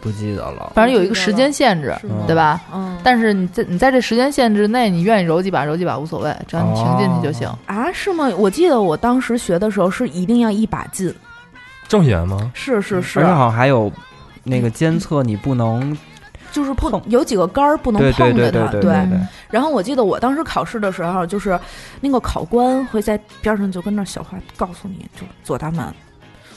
S7: 不记得了。
S10: 反正有一个时间限制
S7: 吗，
S10: 对吧？
S13: 嗯。
S10: 但是你在你在这时间限制内，你愿意揉几把揉几把无所谓，只要你停进去就行。
S13: 啊，是吗？我记得我当时学的时候是一定要一把劲，
S14: 这么严吗？
S13: 是是是
S7: 而且，好像还有那个监测你不能
S13: 就是碰有几个杆儿
S10: 嗯
S13: 不能
S7: 对对
S13: 碰着
S7: 对
S13: 它，
S7: 对对对，
S13: 然后我记得我当时考试的时候，就是那个考官会在边上就跟那儿小话告诉你，就左打满，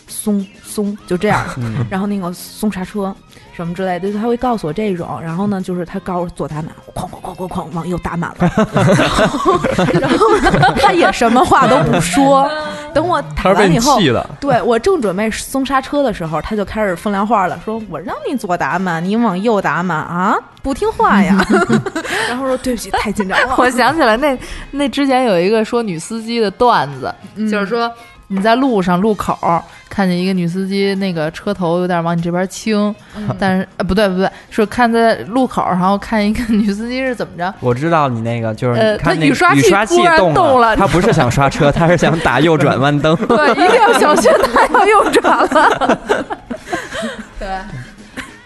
S13: 松松，就这样
S7: 嗯，
S13: 然后那个松刹车什么之类的，就他会告诉我这种。然后呢，就是他告诉我左打满，哐哐哐哐哐往右打满 了，然后然后呢，他也什么话都不说。等我打完以
S14: 他是
S13: 后
S14: 被你气的，
S13: 对我正准备松刹车的时候，他就开始风凉话了，说我让你左打满，你往右打满啊，不听话 呀。然后说对不起，太紧张了。
S10: 我想起来那那之前有一个说女司机的段子，就是说你在路上路口看见一个女司机，那个车头有点往你这边倾，但是、呃、不对不对，是看在路口，然后看一个女司机是怎么着，
S7: 我知道你那个就是
S10: 呃
S7: 你看那
S10: 它
S7: 个
S10: 雨刷器
S7: 器
S10: 突然
S7: 动
S10: 动了
S7: 他不是想刷车，他是想打右转弯灯。
S10: 对，一定要小 心，她要右转了。对，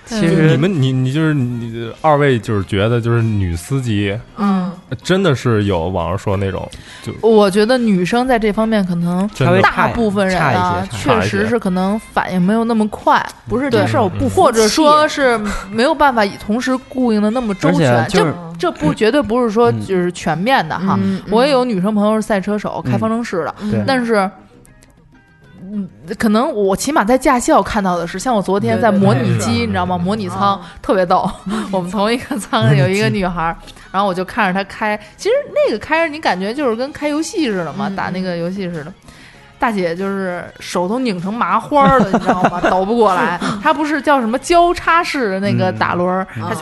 S7: 其
S14: 就是
S7: 实
S14: 你们你你就是你二位就是觉得就是女司机
S10: 嗯，
S14: 真的是有网上说那种就
S10: 我觉得女生在这方面可能
S14: 真的
S10: 大部分人啊，
S14: 差
S10: 确
S14: 一些嗯
S10: 实是可能反应没有那么快，
S13: 不是
S10: 对
S13: 这事儿我不服气
S10: 或者说是没有办法同时顾应的那么周
S7: 而
S10: 全，
S14: 啊
S7: 且就是
S10: 这这不绝对不是说就是
S14: 嗯
S10: 全面的哈。我也有女生朋友是赛车手，开方程式的
S7: 嗯对，
S10: 但是。嗯，可能我起码在驾校看到的是，像我昨天在模拟
S14: 啊
S10: 机，你知道
S14: 嗯
S10: 吗？模拟舱特别逗。 我们同一个舱上有一个女孩儿，然后我就看着她开，其实那个开着你感觉就是跟开游戏似的嘛，打那个游戏似的。大姐就是手都拧成麻花儿了，你知道吗？抖不过来。她不是叫什么交叉式的那个打轮儿，
S13: 哎
S10: 她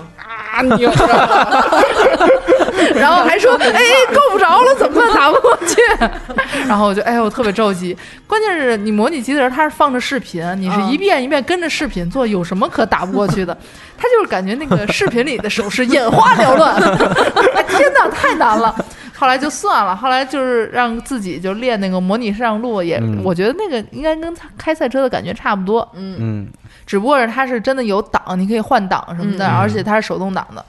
S10: 就啊拧着， 然后还说哎够不着了，怎么办？打不过去。 然后我就哎呦，我特别着急。关键是你模拟机的时候，它是放着视频，你是一遍一遍跟着视频做，有什么可打不过去的？他就是感觉那个视频里的手势眼花缭乱， 哎天哪，太难了。后来就算了，后来就是让自己就练那个模拟上路，也、
S7: 嗯
S10: 我觉得那个应该跟开赛车的感觉差不多，嗯
S7: 嗯，
S10: 只不过是它是真的有档，你可以换档什么的，
S7: 嗯
S10: 而且它是手动挡的。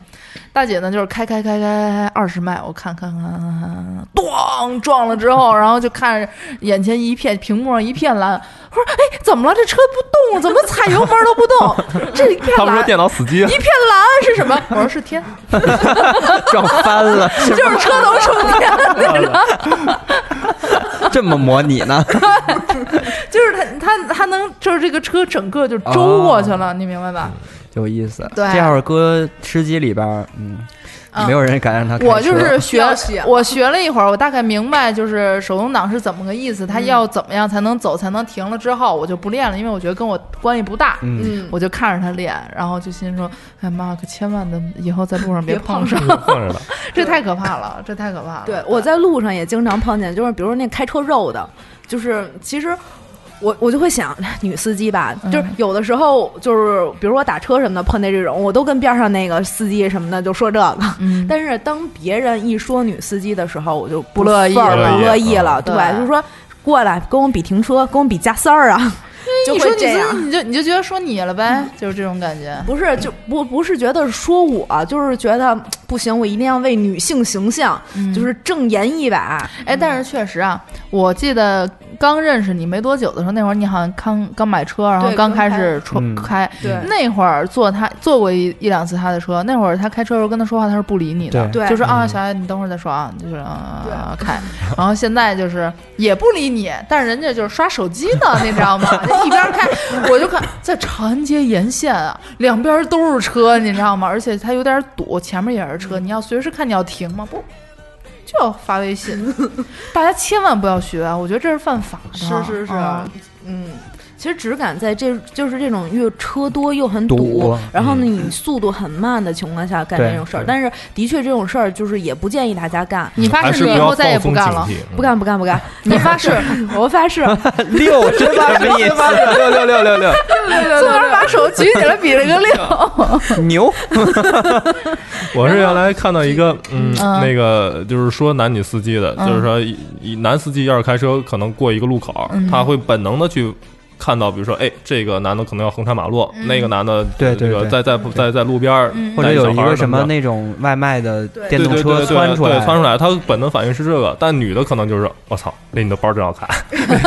S10: 大姐呢，就是开开开开二十迈，我看看看看看看，咣撞了之后，然后就看着眼前一片屏幕上一片蓝，我说哎怎么了？这车不动了，怎么踩油门都不动？这一片
S14: 他
S10: 蓝，
S14: 们说电脑死机
S10: 一，片蓝是什么？我说是天，
S7: 撞翻了，
S10: 就是车头充电，
S7: 这么模拟呢？
S10: 就是他他他能就是这个车整个就周过去了，你明白吧？
S7: 有意思。
S10: 对
S7: 这要是搁吃鸡里边儿，嗯，
S10: 啊
S7: 没有人敢让他开车。
S10: 我就是学
S13: 要学，
S10: 我学了一会儿，我大概明白就是手动挡是怎么个意思，它要怎么样才能走，才能停了之后，我就不练了，因为我觉得跟我关系不大。
S7: 嗯
S10: 我就看着他练，然后就心说：“哎妈，可千万的以后在路上别碰上，
S14: 放着了，
S10: 这太可怕了，这太可怕了。”
S13: 嗯对，我在路上也经常碰见，就是比如说那开车肉的，就是其实。我我就会想，女司机吧，
S10: 嗯
S13: 就是有的时候就是，比如说我打车什么的碰见这种，我都跟边上那个司机什么的就说这个。
S10: 嗯
S13: 但是当别人一说女司机的时候，我就不
S10: 乐意啊
S13: 忿儿
S10: 了
S13: 不乐意了，
S10: 对
S13: 对吧？就是说过来跟我比停车，跟我比加塞儿啊， 就
S10: 你
S13: 会
S10: 说你
S13: 这样
S10: 自己你就你就觉得说你 了呗，就是这种感觉。
S13: 不是，就不不是觉得说我，就是觉得嗯不行，我一定要为女性形象，
S10: 嗯
S13: 就是正言一把。
S10: 哎，但是确实啊，我记得刚认识你没多久的时候，那会儿你好像刚刚买车，然后
S13: 对
S10: 刚
S13: 刚
S10: 开
S13: 开
S10: 始出
S13: 嗯
S10: 开，
S13: 对
S10: 那会儿坐他坐过一一两次他的车，那会儿他开车的时候跟他说话，他是不理你的，
S13: 对对
S10: 就是啊，小艾，你等会儿再说啊，就是啊开，然后现在就是也不理你，但是人家就是刷手机呢，你知道吗？ 就一边开，我就看在长安街沿线啊，两边都是车，你知道吗？而且他有点堵，前面也是车，你要随时看你要停吗？不。就要发 微信，大家千万不要学啊！我觉得这是犯法的。
S13: 是是是
S10: 嗯，
S13: 嗯，其实质感在这就是这种越车多又很堵，
S7: 堵
S13: 然后呢你速度很慢的情况下干
S7: 对
S13: 这种事儿，
S7: 对
S13: 但是的确这种事儿就是也不建议大家干。
S10: 你发
S14: 还
S10: 誓
S14: 是
S10: 你
S14: 不
S10: 以后
S14: 要
S10: 再也
S14: 放
S10: 不
S14: 松
S10: 干
S14: 警
S10: 了。
S14: 惕。嗯
S13: 不干不干不 干，
S10: 你发誓，
S13: 我发誓，
S7: 六 是什么意思？六六六六六，
S10: 自个儿把手举起来比了个六。
S7: 牛！
S14: 我是原来看到一个，嗯，
S10: 嗯
S14: 那个就是说男女司机的，
S10: 嗯
S14: 就是说一一男司机要是开车，可能过一个路口，
S10: 嗯
S14: 他会本能的去看到，比如说，哎，这个男的可能要横穿马路，
S10: 嗯
S14: 那个男的
S7: 对对
S14: 这个
S7: 对
S14: 在在在在路边儿
S7: 或者
S14: 带
S7: 有
S14: 小
S7: 一
S14: 孩儿
S7: 个什
S14: 么
S7: 么
S14: 的
S7: 那种外卖的电
S14: 对
S7: 动
S14: 对
S7: 车
S14: 对对
S7: 窜出来，
S14: 对窜出来，他本能反应是这个，但女的可能就是我操，那你的包真好看，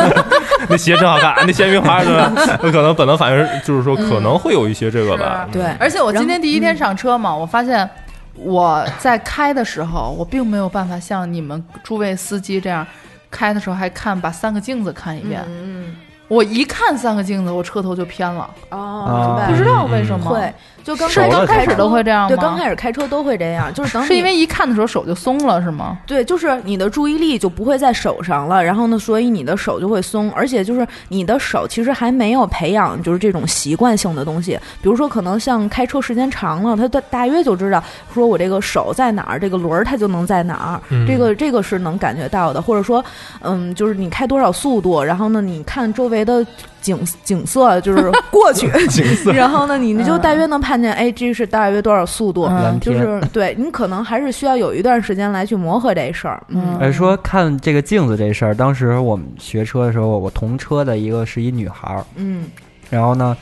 S14: 那鞋真好看，那鲜明花是吧？有 可能本能反应是就是说可能会有一些这个吧，
S13: 对，
S10: 而且我今天第一天上车嘛，我发现我在开的时候，我并没有办法像你们诸位司机这样开的时候还看把三个镜子看一遍。
S13: 嗯，
S10: 我一看三个镜子，我车头就偏了，
S13: 哦，明白
S7: 啊
S10: 不
S13: 了
S10: 知
S14: 嗯
S10: 道为什么。
S13: 会，就刚
S10: 是
S13: 开
S10: 刚开
S13: 开
S10: 始都会这样吗
S13: 对，刚开始开车都会这样，就是等
S10: 是因
S13: 你
S10: 为一看的时候手就松了，是吗？
S13: 对，就是你的注意力就不会在手上了，然后呢，所以你的手就会松，而且就是你的手其实还没有培养就是这种习惯性的东西，比如说可能像开车时间长了，他大大约就知道说我这个手在哪儿，这个轮儿它就能在哪儿，
S14: 嗯
S13: 这个这个是能感觉到的，或者说，嗯，就是你开多少速度，然后呢，你看周围的景景色就是过去，
S14: 景色
S13: 然后呢，你就大约能判见，哎，这是大约多少速度，
S10: 嗯
S7: 蓝
S13: 嗯就
S7: 天
S13: 是对你可能还是需要有一段时间来去磨合这事儿。嗯，
S7: 哎，说看这个镜子这事儿，当时我们学车的时候，我同车的一个是一女孩儿，
S13: 嗯，
S7: 然后呢，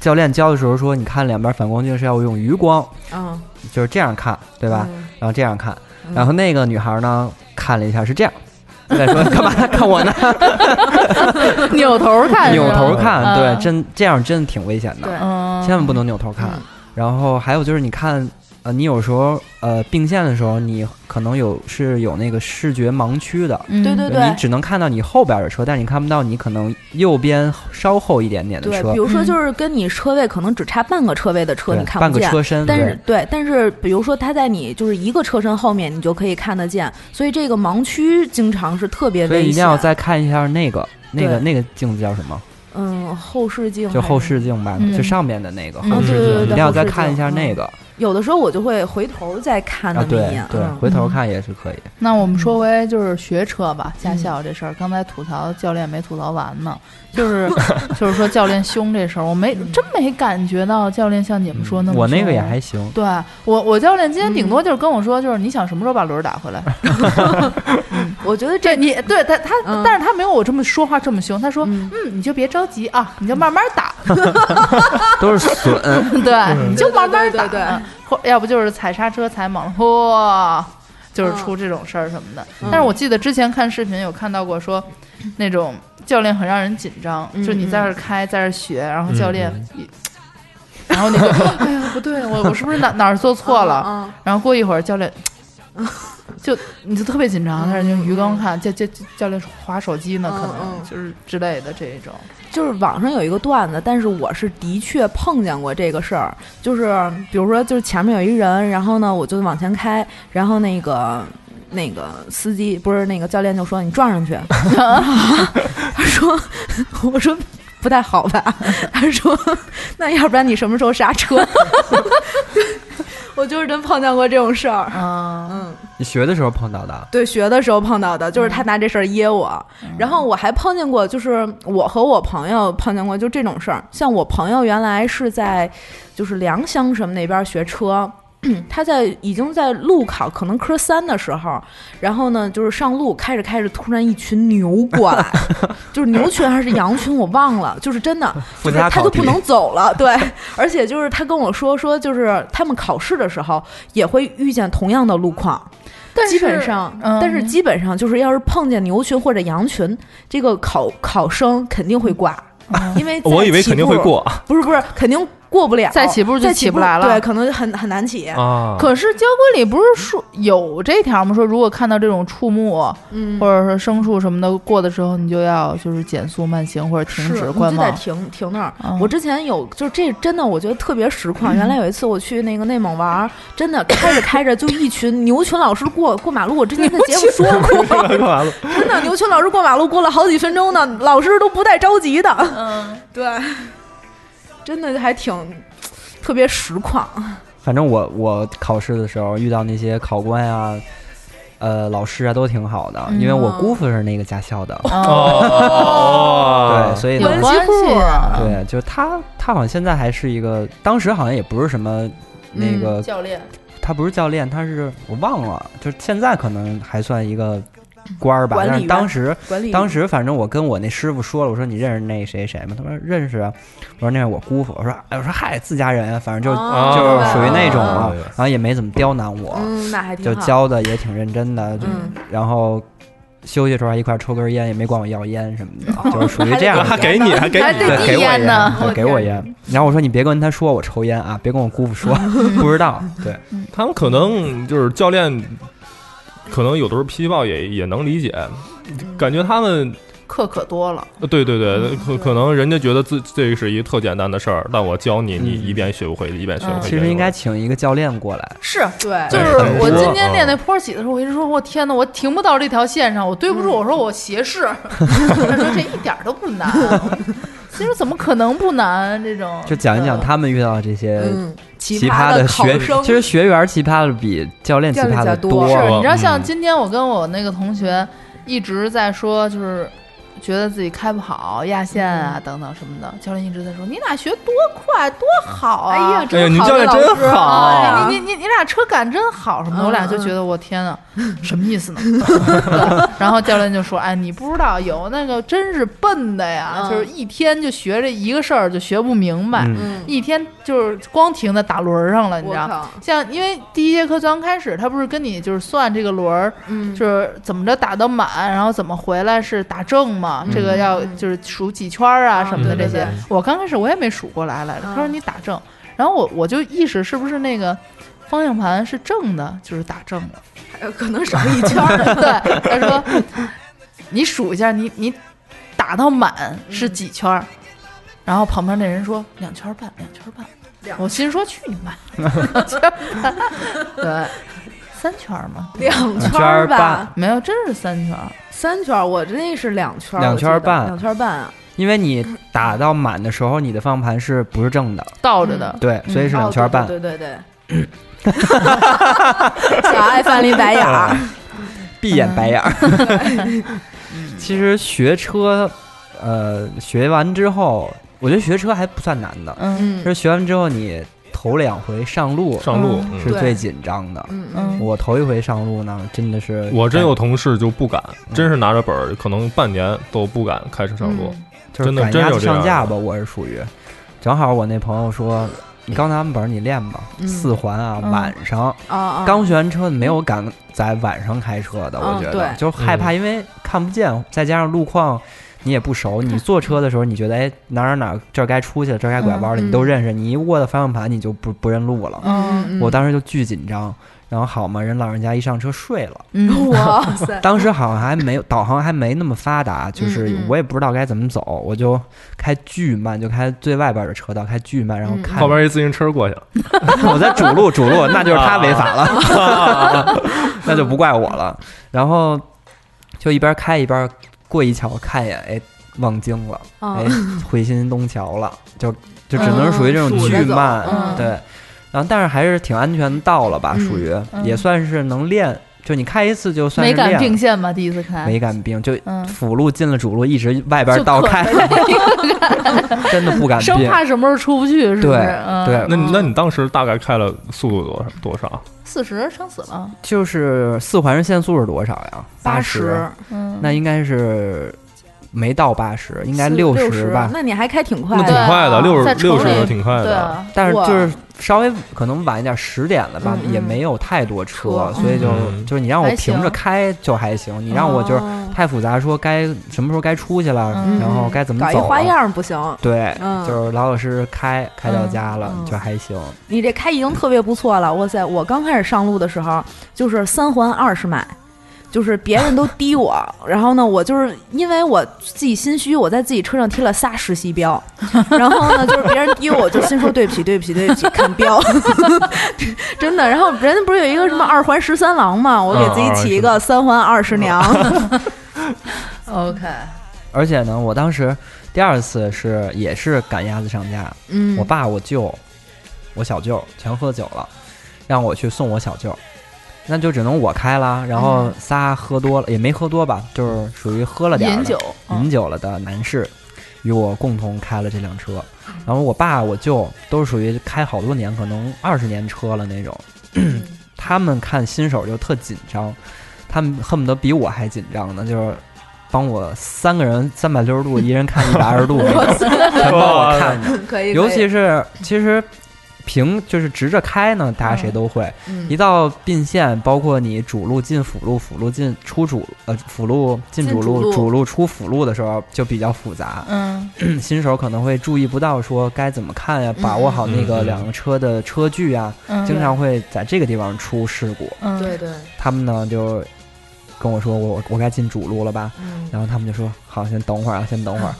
S7: 教练教的时候说，你看两边反光镜是要用余光，
S13: 啊，
S7: 就是这样看，对吧？
S13: 嗯
S7: 然后这样看，然后那个女孩儿呢看了一下是这样， 再说 干嘛看我呢？
S10: 扭头看，
S7: 扭头
S10: 是吧
S7: 看，
S10: 嗯
S7: 对，真这样真的挺危险的，
S10: 嗯，
S7: 千万不能扭头看。然后还有就是你看。呃，你有时候呃并线的时候，你可能有是有那个视觉盲区的，
S13: 嗯对对对
S7: 你只能看到你后边的车，但你看不到你可能右边稍后一点点的
S13: 对，
S7: 车。
S13: 比如说就是跟你车位可能只差半个车位的车，
S7: 对
S13: 你看不见，
S7: 半个车身
S13: 但是对，但是比如说它在你就是一个车身后面，你就可以看得见，所以这个盲区经常是特别
S7: 所以
S13: 危
S7: 一定要
S13: 险。
S7: 再看一下那个那
S13: 对
S7: 个那个镜子叫什么？
S13: 嗯，后视镜
S7: 就
S13: 还
S7: 后
S13: 是
S7: 视镜吧，
S13: 嗯
S7: 就上面的那个
S13: 嗯
S7: 后视
S13: 对对
S7: 镜，
S13: 对
S7: 一定
S13: 对
S7: 要
S13: 后
S7: 再
S13: 视
S7: 看一
S13: 镜
S7: 下
S13: 嗯
S7: 那个
S13: 有的时候我就会回头再看那
S7: 啊，
S13: 么一
S7: 对
S13: 眼。
S7: 对，
S13: 嗯
S7: 回头看也是可以。
S10: 那我们说回就是学车吧，驾校这事儿，刚才吐槽教练没吐槽完呢，就是 就是说教练凶这事儿，我没真没感觉到教练像你们说那么
S7: 我那
S10: 凶
S7: 个也还行，
S10: 对我，我教练今天顶多就是跟我说，就是你想什么时候把轮儿打回来。
S13: 我觉得
S10: 这你嗯对他他，但是他没有我这么说话这么凶。他说，嗯，你就别着急啊，你就慢慢打，。
S7: 都是嗯损
S10: 嗯对，你就慢慢
S13: 对对
S10: 打，
S13: 对对
S10: 或要不就是踩刹车踩猛了，嚯，就是出这种事儿什么的。但是我记得之前看视频有看到过说，那种教练很让人紧张，就你在这儿开在这儿学，然后教练
S7: 嗯
S10: 一。然后你就，哎呀，不对，我我是不是哪哪儿做错了？
S13: 嗯嗯
S10: 然后过一会儿教练，就你就特别紧张，但是就鱼缸看教教教练划手机呢，可能就是之类的这一种。
S13: 就是网上有一个段子，但是我是的确碰见过这个事儿，就是比如说，就是前面有一人，然后呢，我就往前开，然后那个那个司机不是那个教练就说你撞上去， 他说，我说不太好吧， 他说那要不然你什么时候刹车？ 我就是真碰见过这种事儿，嗯。
S7: 你学的时候碰到的啊，
S13: 对，学的时候碰到的，
S7: 嗯
S13: 就是他拿这事儿噎我。然后我还碰见过，就是我和我朋友碰见过就这种事儿。像我朋友原来是在就是良乡什么那边学车。 他在已经在路考，可能科三的时候，然后呢，就是上路开着开着，突然一群牛过 来，就是牛群还是羊群，我忘了，就是真的，
S7: 附
S13: 就是
S7: 加
S13: 他
S7: 考
S13: 就不
S7: 题
S13: 能走了，对，而且就是他跟我说说，就是他们考试的时候也会遇见同样的路况，
S10: 但
S13: 基本
S10: 是
S13: 上，
S10: 嗯
S13: 但是基本上就是要是碰见牛群或者羊群，这个考考生肯定会挂，
S10: 嗯
S13: 因为在
S14: 我以为
S13: 起
S14: 肯定会
S13: 步
S14: 过，
S13: 不是不是，肯定过不了，
S10: 再起步就
S13: 再
S10: 起不来了嗯
S13: 对，可能很很难起
S14: 啊
S10: 可是交规里不是说有这条吗？说如果看到这种畜牧，
S13: 嗯
S10: 或者说牲畜什么的过的时候，你就要就是减速慢行或者停
S13: 是，
S10: 止
S13: 你
S10: 观
S13: 就得
S10: 望。嗯
S13: 停停那儿。我之前有，就这真的，我觉得特别实况。原来有一次我去那个内蒙玩儿，真的开着开着就一群牛群老师过过马路。我之 前在节目说过，
S14: 干嘛了？
S13: 真的牛群老师过马路过了好几分钟呢，老师都不带着急的。嗯，对，真的还挺特别实况。
S7: 反正我我考试的时候遇到那些考官啊。呃，老师啊都挺好的，
S13: 嗯
S7: 因为我
S13: 哦
S7: 姑父是那个驾校的，
S14: 哦
S7: 对，
S13: 哦
S7: 所以呢
S10: 有关系啊，
S7: 对，就是他，他好像现在还是一个，当时好像也不是什么
S13: 嗯
S7: 那个，
S10: 嗯教练。
S7: 他不是教练，他是我忘了，就是现在可能还算一个官儿吧，
S13: 管理
S7: 但是
S13: 员
S7: 当时
S13: 管理员
S7: 当时反正我跟我那师傅说了，我说你认识那谁谁吗？他说认识啊，我说那是我姑父，我说哎，我说嗨，自家人啊，反正就、
S13: 哦
S7: 就是属于那种
S14: 哦
S7: 啊，然后也没怎么刁难我，
S13: 嗯，那还挺
S7: 就
S13: 好。
S7: 教的也挺认真的，就
S13: 嗯
S7: 然后。休息的时候还一块儿抽根烟，也没管我要烟什么
S13: 哦
S7: 的，就是属于这样的。
S14: 还给你，还给
S13: 哎
S10: 还
S14: 你，
S7: 对，
S10: 得递
S7: 给我
S10: 烟呢
S7: 对，给我烟。然后我说你别跟他说我抽烟啊，别跟我姑 父说，不知道。对，
S14: 他们可能就是教练，可能有的时候脾气暴也也能理解，感觉他们
S10: 课可多了，
S14: 呃对对对，可可能人家觉得自这是一特简单的事儿，但我教你，你一遍学不会，一遍学不会。
S7: 嗯其实应该请一个教练过来。
S10: 是对就
S14: 对
S7: 哎
S10: 是
S14: 很
S10: 我
S14: 多
S10: 今天
S14: 嗯
S10: 练那
S7: 啊
S10: 坡起的时候，我一直说，我天哪，我停不到这条线上，我对不住，我
S7: 嗯
S10: 说我斜视，他说这一点儿都不难， 其实怎么可能不难？啊这种嗯
S7: 就讲一讲他们遇到这些
S13: 嗯，奇
S7: 奇葩
S13: 的考
S7: 学，
S13: 生
S7: 其实学员奇葩的比教练奇葩的
S13: 教练
S10: 是，
S7: 我
S10: 你知道，像
S7: 嗯
S10: 今天我跟我那个同学一直在说，就是觉得自己开不好、压线
S7: 嗯
S10: 啊等等什么的。教练一直在说：“你俩学多快多好啊！”
S13: 哎呀，
S14: 哎呀，
S13: 真
S14: 你
S13: 好
S14: 教
S13: 的
S14: 练
S13: 老
S14: 真
S13: 师
S14: 好，
S10: 哎你你你你俩车感真好什么的，
S13: 哦嗯
S10: 我俩就觉得我天呐，什么意思呢？ 然后教练就说：“哎，你不知道有那个真是笨的呀，
S13: 嗯
S10: 就是一天就学这一个事儿就学不明白，
S7: 嗯
S10: 一天就是光停在打轮儿上了，你知
S13: 我靠
S10: 道？像因为第一节课刚开始，他不是跟你就是算这个轮儿，
S13: 嗯
S7: 嗯
S10: 就是怎么着打到满，然后怎么回来是打正嘛，这个要就是数几圈儿啊
S13: 嗯
S10: 什么的
S13: 对
S10: 这
S13: 对
S10: 些
S13: 对。
S10: 我刚开始我也没数过来来着，他说你打正，然后我我就意识是不是那个。方向盘是正的，就是打正的，
S13: 还有嗯 可能少一圈 儿
S10: 对，他说你数一下，你你打到满是几圈儿？然后旁边那人说两圈儿半，两圈儿半。我心说去你妈！两圈儿半，对，三圈儿吗？
S13: 两
S7: 圈儿
S13: 吧，
S10: 没有，真是三圈儿。
S13: 三圈儿，我那是两圈儿，
S7: 两圈儿
S13: 我记得
S7: 半
S13: 两圈儿半啊。
S7: 因为你打到满的时候，你的方向盘是不是正的？
S10: 倒着的，
S7: 对，所以是两圈半。
S13: 哦对对对对。小爱翻了一白眼 儿，
S7: 闭眼白眼
S13: 嗯
S7: 儿。其实学车，呃，学完之后，我觉得学车还不算难的。
S10: 嗯
S7: 就是学完之后，你头两回上路，
S14: 上路嗯
S7: 是
S14: 对
S7: 最紧张的。
S13: 嗯
S10: 嗯
S7: 我头一回上路呢，真的是
S14: 我真有同事就不敢，真是拿着本儿，可能半年都不敢开车上路，
S7: 就是
S14: 真的
S7: 赶
S14: 真
S7: 鸭
S14: 有
S7: 子
S14: 这样
S7: 上
S14: 的
S7: 架吧，我是属于。正好我那朋友说，你刚拿完本儿，你练吧，
S13: 嗯
S7: 四环啊，
S13: 嗯
S7: 晚上。
S13: 啊啊！
S7: 刚学完车，没有敢在晚上开车的，我
S13: 嗯
S7: 觉
S13: 对
S7: 得就害怕，因为看不见，再加上路况你也不熟，你坐车的时候你觉得哎哪儿哪儿哪儿这儿该出去了，这儿该拐弯了，
S13: 嗯
S7: 你都认识，你一握到方向盘你就不不认路了。
S13: 嗯，
S7: 我当时就巨紧张，然后好嘛，人老人家一上车睡了。
S10: 嗯，
S13: 哇塞，
S7: 当时好像还没有导航，还没那么发达，就是
S13: 嗯嗯
S7: 我也不知道该怎么走，我就开巨慢，就开最外边的车道，开巨慢，然后
S13: 嗯
S7: 看
S14: 后边一自行车过去了，
S7: 我在主路，主 路，那就是他违法了， 那就不怪我了。然后就一边开一边过一桥，看一眼，哎，望京了，
S13: 哦
S7: 哎，回新东桥了，就就只能属于这种
S13: 嗯数
S7: 巨
S13: 着走
S7: 慢，
S13: 嗯
S7: 对。然后但是还是挺安全到了吧，
S13: 嗯
S7: 属于、
S10: 嗯
S7: 也算是能练，就你开一次就算
S10: 没
S7: 是练
S10: 敢
S7: 了。
S10: 并线吧？
S7: 嗯
S10: 第一次开，
S7: 没敢并，就
S10: 嗯
S7: 辅路进了主路，一直外边
S10: 就
S7: 倒
S10: 可
S7: 开， 真的不敢
S10: 生
S7: 并。
S10: 怕什么时候出不去，是不是？
S7: 对
S10: 嗯
S7: 对
S14: 那你那你当时大概开了速度多少多少？
S10: 四十撑死了，
S7: 就是四环限速是多少呀？
S13: 八
S7: 十。
S13: 十，
S10: 嗯，
S7: 那应该是没到八十，应该
S13: 六
S7: 十吧。
S13: 那你还开挺快
S14: 那挺
S13: 的，
S14: 快的，
S10: 对
S14: 六
S10: 在
S14: 十
S10: 城
S14: 六十
S10: 里
S14: 的挺快
S10: 对
S14: 的。
S10: 啊，
S7: 但是
S13: 哇
S7: 就是稍微可能晚一点，十点了吧，
S13: 嗯嗯
S7: 也没有太多车，
S13: 车
S7: 所以就、
S14: 嗯
S7: 就是你让我平着开就还行，你让我就是
S13: 哦
S7: 太复杂，说该什么时候该出去了，
S10: 嗯
S7: 然后该怎么
S13: 搞一
S7: 走了
S13: 花样儿不行。
S7: 对，
S13: 嗯
S7: 就是老老实实开，开到家了、
S13: 嗯嗯
S7: 就还行。
S13: 你这开已经特别不错了，哇塞！我刚开始上路的时候就是三环二十迈，就是别人都低我，然后呢，我就是因为我自己心虚，我在自己车上贴了仨实习标，然后呢，就是别人低我，我就心说对不起，对不起，对不起，看标， 真的。然后人家不是有一个什么二环十三郎嘛，我
S7: 嗯
S13: 给自己起一
S14: 嗯
S13: 个三环二十娘，
S10: OK，
S7: 而且呢，我当时第二次是也是赶鸭子上架，
S13: 嗯，
S7: 我爸、我舅、我小舅全喝酒了，让我去送我小舅，那就只能我开啦。然
S10: 嗯
S7: 后仨喝多了，也没喝多吧，就是属于喝了点儿
S10: 饮
S7: 的
S10: 酒，嗯
S7: 饮酒了的男士，与我共同开了这辆车。然后我爸、我舅都是属于开好多年，可能二十年车了那种， 他们看新手就特紧张，他们恨不得比我还紧张呢，就是。帮我三个人三百六十度，一人看一百二十度那 种，全帮我看着。
S13: 可以，
S7: 尤其是其实平就是直着开呢，大家谁都会。一到并线，包括你主路进辅路、辅路进出主呃辅路进主
S13: 进
S7: 路、
S13: 主路
S7: 主路出辅路的时候，就比较复杂。
S10: 嗯，
S7: 新手可能会注意不到说该怎么看呀，把握好那个两个车的车距啊，
S10: 嗯
S7: 经常会在这个地方出事故。
S10: 嗯，
S13: 对对，
S7: 他们呢就跟我说我我该进主路了吧，
S13: 嗯
S7: 然后他们就说好，先等会儿啊，先等 会儿，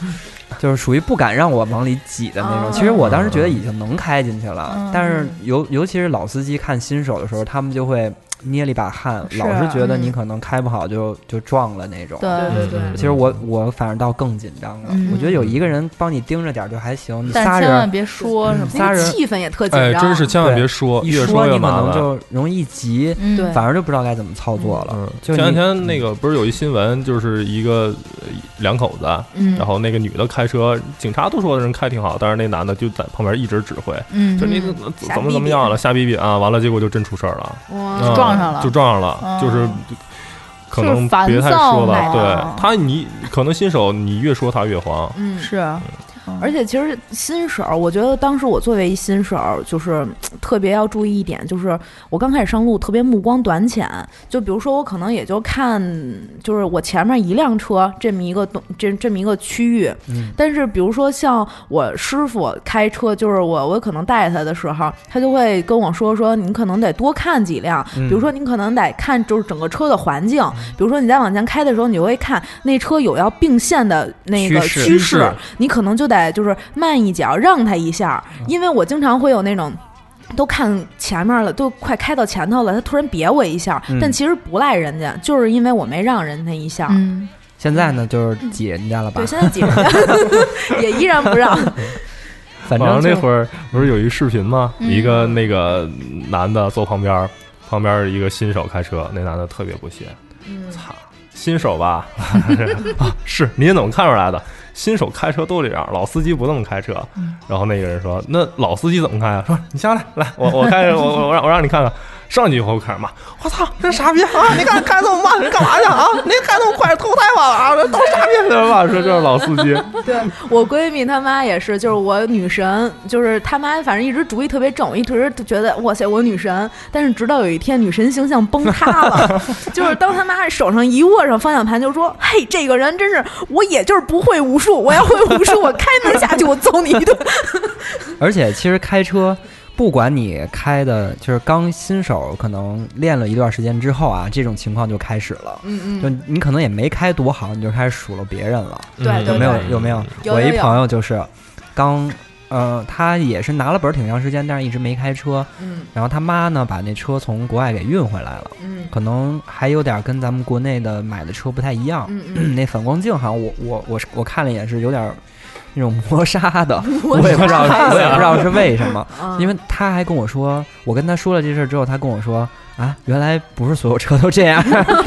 S7: 就是属于不敢让我往里挤的那
S13: 哦
S7: 种。其实我当时觉得已经能开进去
S10: 啊嗯
S7: 了，但是尤尤其是老司机看新手的时候，他们就会捏了一把汗，
S10: 是
S7: 老是觉得
S10: 嗯
S7: 你可能开不好就就撞了那种。
S14: 嗯
S10: 对
S13: 对对
S7: 其实我我反而倒更紧张了，
S10: 嗯
S7: 我觉得有一个人帮你盯着点儿就还行，你仨
S10: 但千万
S7: 人
S10: 别说什么，
S7: 仨
S13: 那个
S7: 人
S13: 气氛也特紧
S14: 哎，
S13: 张，
S14: 真是千万别说，
S7: 一
S14: 越
S7: 说
S14: 越
S7: 你可
S14: 麻
S7: 能
S14: 烦。
S7: 就容易急，
S10: 嗯
S13: 对
S7: 反而就不知道该怎么操作了
S14: 嗯。，
S7: 就
S14: 前两
S7: 你
S14: 天那个不是有一新闻，就是一个呃两口子，
S10: 嗯
S14: 然后那个女的开车，警察都说人开挺好，但是那男的就在旁边一直指挥，
S10: 嗯，
S14: 就你
S10: 嗯
S14: 怎怎么怎么样了，瞎逼逼啊，完了结果就真出事儿了，
S13: 哇
S14: 嗯
S10: 撞上了
S14: 就撞上了
S10: 哦，
S14: 就是可
S10: 就是
S14: 能
S10: 烦
S14: 别太
S10: 躁
S14: 说了，
S10: 嘛
S14: 对他你可能新手你越说他越慌，
S13: 嗯
S10: 是，嗯
S13: 而且其实新手儿，我觉得当时我作为一新手儿，就是特别要注意一点，就是我刚开始上路特别目光短浅。就比如说我可能也就看，就是我前面一辆车这么一个东这这么一个区域，
S11: 嗯
S13: 但是比如说像我呃师傅开车，就是我我可能带他的时候，他就会跟我说说你可能得多看几辆，
S11: 嗯
S13: 比如说你可能得看就是整个车的环境，
S14: 嗯
S13: 比如说你在往前开的时候，你就会看那车有要并线的那个
S11: 趋势
S13: 趋
S11: 趋势
S13: 势，你可能就得就是慢一脚，让他一下儿，
S14: 嗯
S13: 因为我经常会有那种。都看前面了，都快开到前头了，他突然别我一下，
S7: 嗯
S13: 但其实不赖人家，就是因为我没让人家一下。
S10: 嗯，
S7: 现在呢，就是挤人家了吧？
S13: 对，现在几个人也依然不让。
S7: 反正
S14: 网上
S7: 就
S14: 那会儿不是有一视频吗？
S13: 嗯
S14: 一个那个男的坐旁边儿，旁边儿一个新手开车，那男的特别不屑，
S13: 操，
S14: 新 手吧，啊是您怎么看出来的？新手开车都这样，老司机不这么开车。
S13: 嗯
S14: 然后那个人说：“那老司机怎么开啊？”说：“你下来，来，我我开，我我我让我让你看看。”上去以后开始骂，我操，这傻逼啊！你看开这么慢，你干嘛去啊？你开这么快，投胎吧啊！这都傻逼了吧？说这是老司 机。
S13: 对我闺蜜她妈也是，就是我女神，就是她妈，反正一直主意特别正，我一直都觉得哇塞我女神。但是直到有一天，女神形象崩塌 了，就是当她妈手上一握上方向盘，就说：“嘿，这个人真是，我也就是不会武术，我要会武术，我开门下去，我揍你一顿。
S7: 而且其实开车，不管你开的，就是刚新手可能练了一段时间之后啊，这种情况就开始了。
S13: 嗯嗯
S7: 就你可能也没开多好，你就开始数落别人了。
S13: 对嗯对
S7: 有没有
S13: 对
S7: 有没有？
S13: 有
S7: 我
S13: 有
S7: 一
S13: 有
S7: 朋友就是刚。呃，他也是拿了本儿挺长时间，但是一直没开车。
S13: 嗯
S7: 然后他妈呢，把那车从国外给运回来了。
S13: 嗯
S7: 可能还有点跟咱们国内的买的车不太一样。
S13: 嗯嗯
S7: 那反光镜好像我我我是我看了一眼是有点儿那种磨砂的，
S11: 磨
S7: 我也不知道
S11: 砂
S7: 我也不知道是为什么啊
S11: 嗯，
S7: 因为他还跟我说，我跟他说了这事儿之后，他跟我说啊，原来不是所有车都这 样，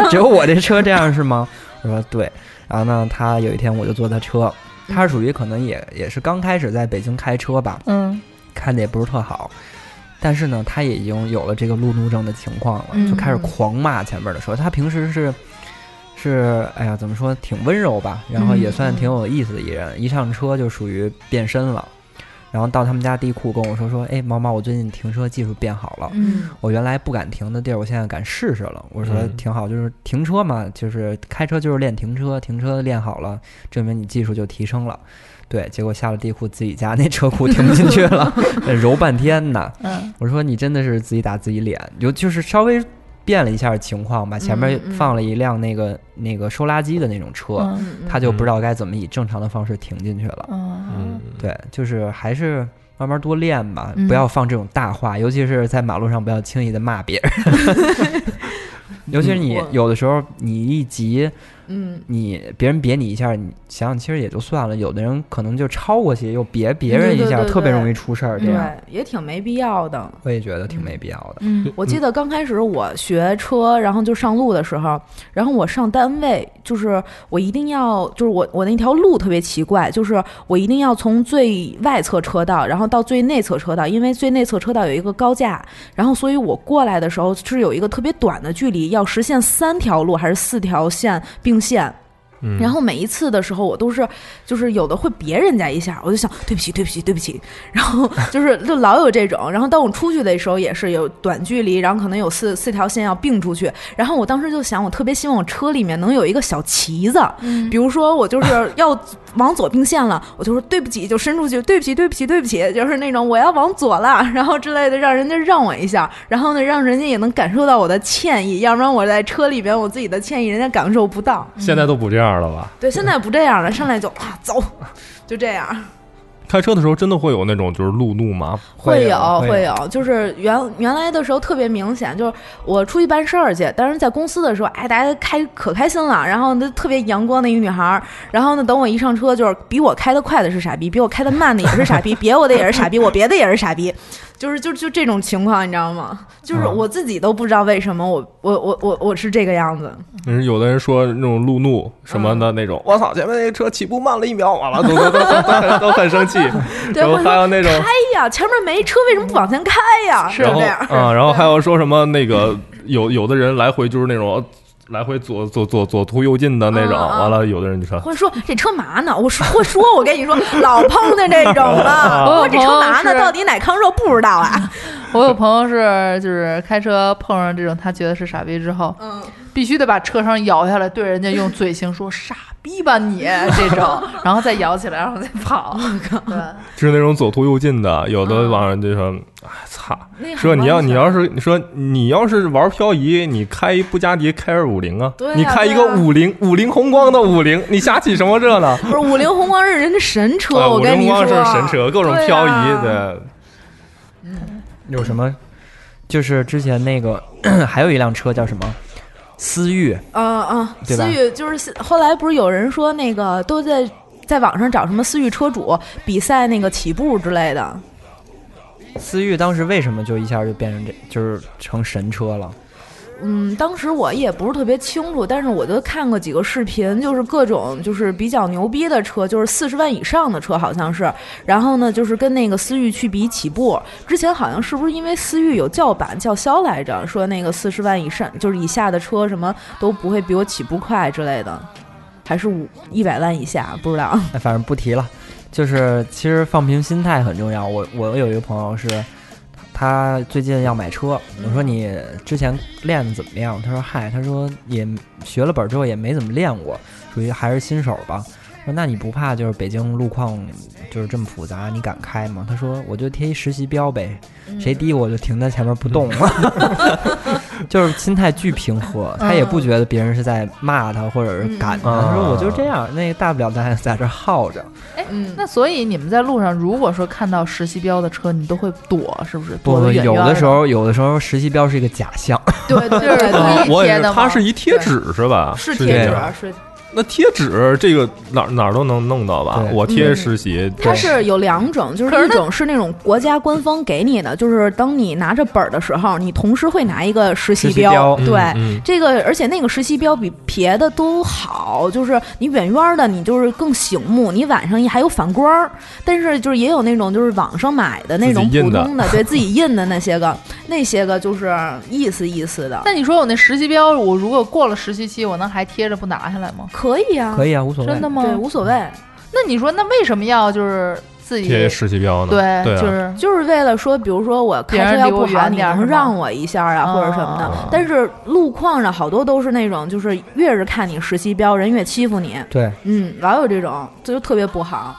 S7: 只有我这车这样是吗？我说对，然后呢，他有一天我就坐他车，他属于可能也也是刚开始在北京开车吧，
S10: 嗯，
S7: 开的也不是特好，但是呢，他也已经有了这个路怒症的情况了，
S10: 嗯
S7: 就开始狂骂前面的车。他平时是是哎呀，怎么说，挺温柔吧，然后也算挺有意思的一人。一上车就属于变身了，然后到他们家地库跟我说说，哎，毛毛，我最近停车技术变好了，
S11: 嗯
S7: 我原来不敢停的地儿，我现在敢试试了。我说
S11: 嗯
S7: 挺好，就是停车嘛，就是开车就是练停车，停车练好了，证明你技术就提升了。对，结果下了地库，自己家那车库停不进去了，揉半天呢。
S10: 嗯
S7: 我说你真的是自己打自己脸，就就是稍微变了一下情况吧。前面
S10: 嗯嗯
S7: 放了一辆那个那个收垃圾的那种车
S10: 嗯嗯，
S7: 他就不知道该怎么以正常的方式停进去了。
S10: 嗯，
S7: 对，就是还是慢慢多练吧，
S10: 嗯
S7: 不要放这种大话，尤其是在马路上不要轻易的骂别人。 尤其是你
S13: 嗯我
S7: 有的时候你一急，
S13: 嗯，
S7: 你别人别你一下，你想想其实也就算了，有的人可能就超过去又别别人一
S13: 嗯对对
S7: 下，
S13: 对
S7: 特别
S13: 对嗯
S7: 容易出事儿。这
S13: 对
S7: 样，
S13: 也挺没必要的。
S7: 我也觉得挺没必要的。
S10: 嗯
S13: 我记得刚开始我学车，然后就上路的时候，然后我上单位，就是我一定要，就是我我那条路特别奇怪，就是我一定要从最外侧车道，然后到最内侧车道，因为最内侧车道有一个高架，然后所以我过来的时候是有一个特别短的距离，要实现三条路还是四条线并线。
S11: 嗯
S13: 然后每一次的时候，我都是就是有的会别人家一下，我就想对不起，对不起，对不起，然后就是就老有这种。然后当我出去的时候，也是有短距离，然后可能有四四条线要并出去。然后我当时就想，我特别希望我车里面能有一个小旗子，
S11: 嗯
S13: 比如说我就是要往左并线了，我就说对不起，就伸出去，对不起，对不起，对不起，就是那种我要往左了，然后之类的，让人家让我一下，然后呢，让人家也能感受到我的歉意，要不然我在车里边我自己的歉意人家感受不到。
S14: 现在都不这样了吧？
S13: 对，现在不这样了，上来就啊走，就这样。
S14: 开车的时候真的会有那种就是路怒吗？
S13: 会有会有，就是原原来的时候特别明显，就是我出去办事儿去，但是在公司的时候，哎，大家开可开心了，然后呢特别阳光的一个女孩儿，然后呢等我一上车，就是比我开的快的是傻逼，比我开的慢的也是傻 逼，别我的也是傻逼，我别的也是傻逼，就是就就这种情况，你知道吗？就是
S14: 嗯
S13: 我自己都不知道为什么我我我我我是这个样子，
S14: 嗯，有的人说那种路怒什么的那种，我操，前面那个车起步慢了一秒，完了都都都都都都很生气。
S13: 对，
S14: 然后
S13: 或者
S14: 还有
S13: 说
S14: 那种
S13: 开呀，前面没车，为什么不往前开呀？是
S14: 然
S13: 这
S14: 后
S13: 样。
S14: 啊，然后还有说什么那个有有的人来回就是那种来回左左左左突右进的那种。
S13: 啊啊
S14: 完了，有的人就说
S13: 或者说这车嘛呢？我说 我说我跟你 说，老碰见这种了。我说这车嘛呢？
S10: 是
S13: 到底哪康肉不知道 啊？
S10: 我有朋友是就是开车碰上这种他觉得是傻逼之后，嗯，必须得把车上摇下来，对人家用嘴型说傻逼吧你这种，然后再摇起来，然后再跑。对，
S14: 就是那种左突右进的，有的
S13: 嗯
S14: 网上就说：“哎操
S10: 那！”
S14: 说
S10: 很
S14: 你要
S10: 危险
S14: 你要是你说你要是玩漂移，你开一布加迪开二五零啊
S13: 对，呀
S14: 你开一
S13: 对
S14: 个
S13: 呀
S14: 五零五菱宏光的五菱，你瞎起什么热闹？
S13: 不是五菱宏光是人家神车，
S14: 啊，
S13: 我
S14: 五
S13: 跟
S14: 菱宏
S13: 你说，
S14: 光是神车，各种
S13: 对
S14: 漂
S13: 啊
S14: 移的。
S7: 有什么？就是之前那个 还有一辆车叫什么？思域，
S13: 啊啊！
S7: 对吧
S13: 思域就是后来不是有人说那个都在在网上找什么思域车主比赛那个起步之类的，
S7: 思域当时为什么就一下就变成这就是成神车了？
S13: 嗯，当时我也不是特别清楚，但是我就看过几个视频，就是各种就是比较牛逼的车，就是四十万以上的车好像是。然后呢，就是跟那个思域去比起步，之前好像是不是因为思域有叫板叫嚣来着，说那个四十万以上就是以下的车什么都不会比我起步快之类的，还是五一百万以下不知道。
S7: 那反正不提了。就是其实放平心态很重要。我我有一个朋友是，他最近要买车，我说你之前练的怎么样？他说嗨，他说也学了本之后也没怎么练过，属于还是新手吧。我说那你不怕就是北京路况就是这么复杂，你敢开吗？他说我就贴一实习标呗，
S13: 嗯
S7: 谁低我就停在前面不动。就是心态巨平和，他也不觉得别人是在骂他或者是赶他，
S14: 嗯
S7: 他说我就这样，那个大不了咱在这儿耗着。
S10: 哎，
S13: 嗯
S10: 那所以你们在路上如果说看到实习标的车，你都会躲，是不是？
S7: 不
S10: 躲
S7: 不，
S10: 得远
S7: 有
S10: 远
S7: 的时候 有的时候实习标是一个假象，
S10: 对 对 对，
S14: 啊
S10: 故
S14: 我
S10: 意
S14: 也
S10: 贴
S14: 是，
S10: 的吗？
S14: 它是一贴纸是吧？
S10: 是
S14: 是
S10: 贴纸
S14: 吧
S13: 是。
S14: 那贴纸这个哪儿哪儿都能弄到吧？
S7: 对
S14: 我贴
S13: 嗯
S14: 实习，
S13: 它是有两种，就是一种是那种国家官方给你的，就是当你拿着本儿的时候，你同时会拿一个实习
S7: 实习标嗯
S13: 对，
S7: 嗯
S13: 这个而且那个实习标比别的都好，就是你远远的你就是更醒目，你晚上也还有反光儿。但是就是也有那种就是网上买的那种
S10: 自己
S13: 普
S10: 印的
S13: 通的， 对自己印的那些个，那些个就是意思意思的。
S10: 那你说我那实习标，我如果过了实习期，我能还贴着不拿下来吗？
S13: 可以啊
S7: 可以啊无所谓
S10: 真的吗？
S13: 对无所谓。
S10: 那你说，那为什么要就是自己
S14: 贴实习标呢？
S10: 对
S14: 对啊，
S10: 就是
S13: 就是为了说，比如说我开车要不好，你能让我一下
S7: 嗯
S13: 啊，或者什么的。但是路况上好多都是那种，就是越是看你实习标，人越欺负你。
S7: 对，
S13: 嗯，老有这种，这就特别不好。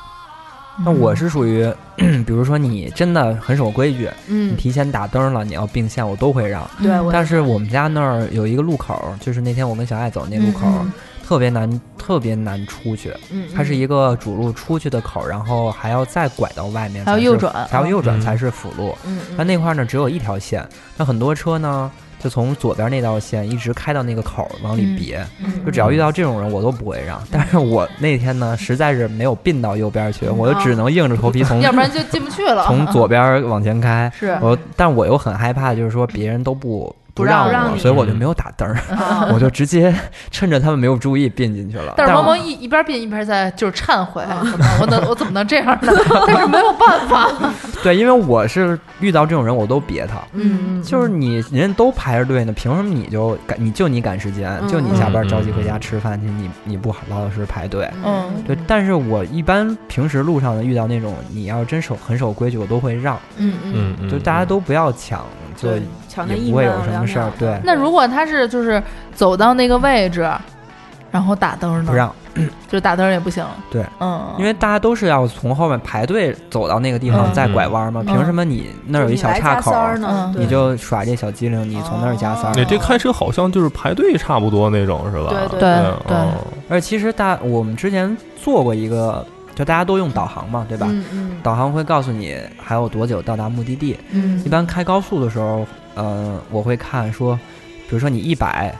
S7: 那我是属于， 比如说你真的很守规矩，
S13: 嗯
S7: 你提前打灯了，你要并线，我都会让。
S13: 对我也
S7: 但是我们家那儿有一个路口，就是那天我跟小爱走那路口，
S13: 嗯嗯
S7: 特别难，特别难出去。
S13: 嗯嗯
S7: 它是一个主路出去的口，然后还要再拐到外面才
S10: 还要
S7: 是，
S10: 右转
S7: 还要右转
S10: 嗯
S7: 才是辅路。
S10: 嗯嗯
S7: 那那块儿呢，只有一条线，那很多车呢。就从左边那道线一直开到那个口儿往里
S10: 嗯
S7: 别，
S10: 嗯
S7: 就只要遇到这种人，我都不会让。但是我那天呢，实在是没有并到右边去，我就只能硬着头皮从，
S10: 嗯哦要不然就进不去了。
S7: 从 左边呃往前开。
S10: 是
S7: 我，但我又很害怕，就是说别人都不
S10: 不让
S7: 让我，
S10: 让你
S7: 所以我就没有打灯儿，我就直接趁着他们没有注意并进去了。
S10: 但是
S7: 我
S10: 萌萌一一边变一边在就是忏悔，
S13: 啊
S10: 怎么我能我怎么能这样呢？ 但是没有办法，
S7: 对，因为我是遇到这种人，我都别他。
S10: 嗯
S7: 就是你人家都排着队呢，凭什么你就赶你就你赶时间，
S10: 嗯
S7: 就你下班
S10: 嗯
S7: 着急回家吃饭去，你你不好老老实实排队。
S10: 嗯
S7: 对。但是我一般平时路上呢遇到那种你要真守很守规矩，我都会让。
S13: 嗯嗯
S7: 就大家都不要抢，就
S13: 对抢那
S7: 也
S13: 一
S7: 不会
S13: 秒
S7: 有什么
S13: 两
S7: 事儿
S13: 秒。
S7: 对，
S10: 那如果他是就是走到那个位置，然后打灯呢？
S7: 不让，
S10: 就是打灯也不行。
S7: 对，
S10: 嗯，
S7: 因为大家都是要从后面排队走到那个地方
S10: 嗯
S7: 再拐弯嘛，
S10: 嗯
S7: 凭什么你那儿有一小
S13: 就你来
S7: 岔口
S13: 加塞儿呢，
S7: 你就耍这小机灵，你从那儿加塞儿？
S14: 你哎这开车好像就是排队差不多那种是吧？哦
S7: 而其实大我们之前做过一个，就大家都用导航嘛，对吧？
S14: 嗯嗯
S7: 导航会告诉你还有多久到达目的地。
S10: 嗯
S7: 一般开高速的时候，呃，我会看说，比如说你一百。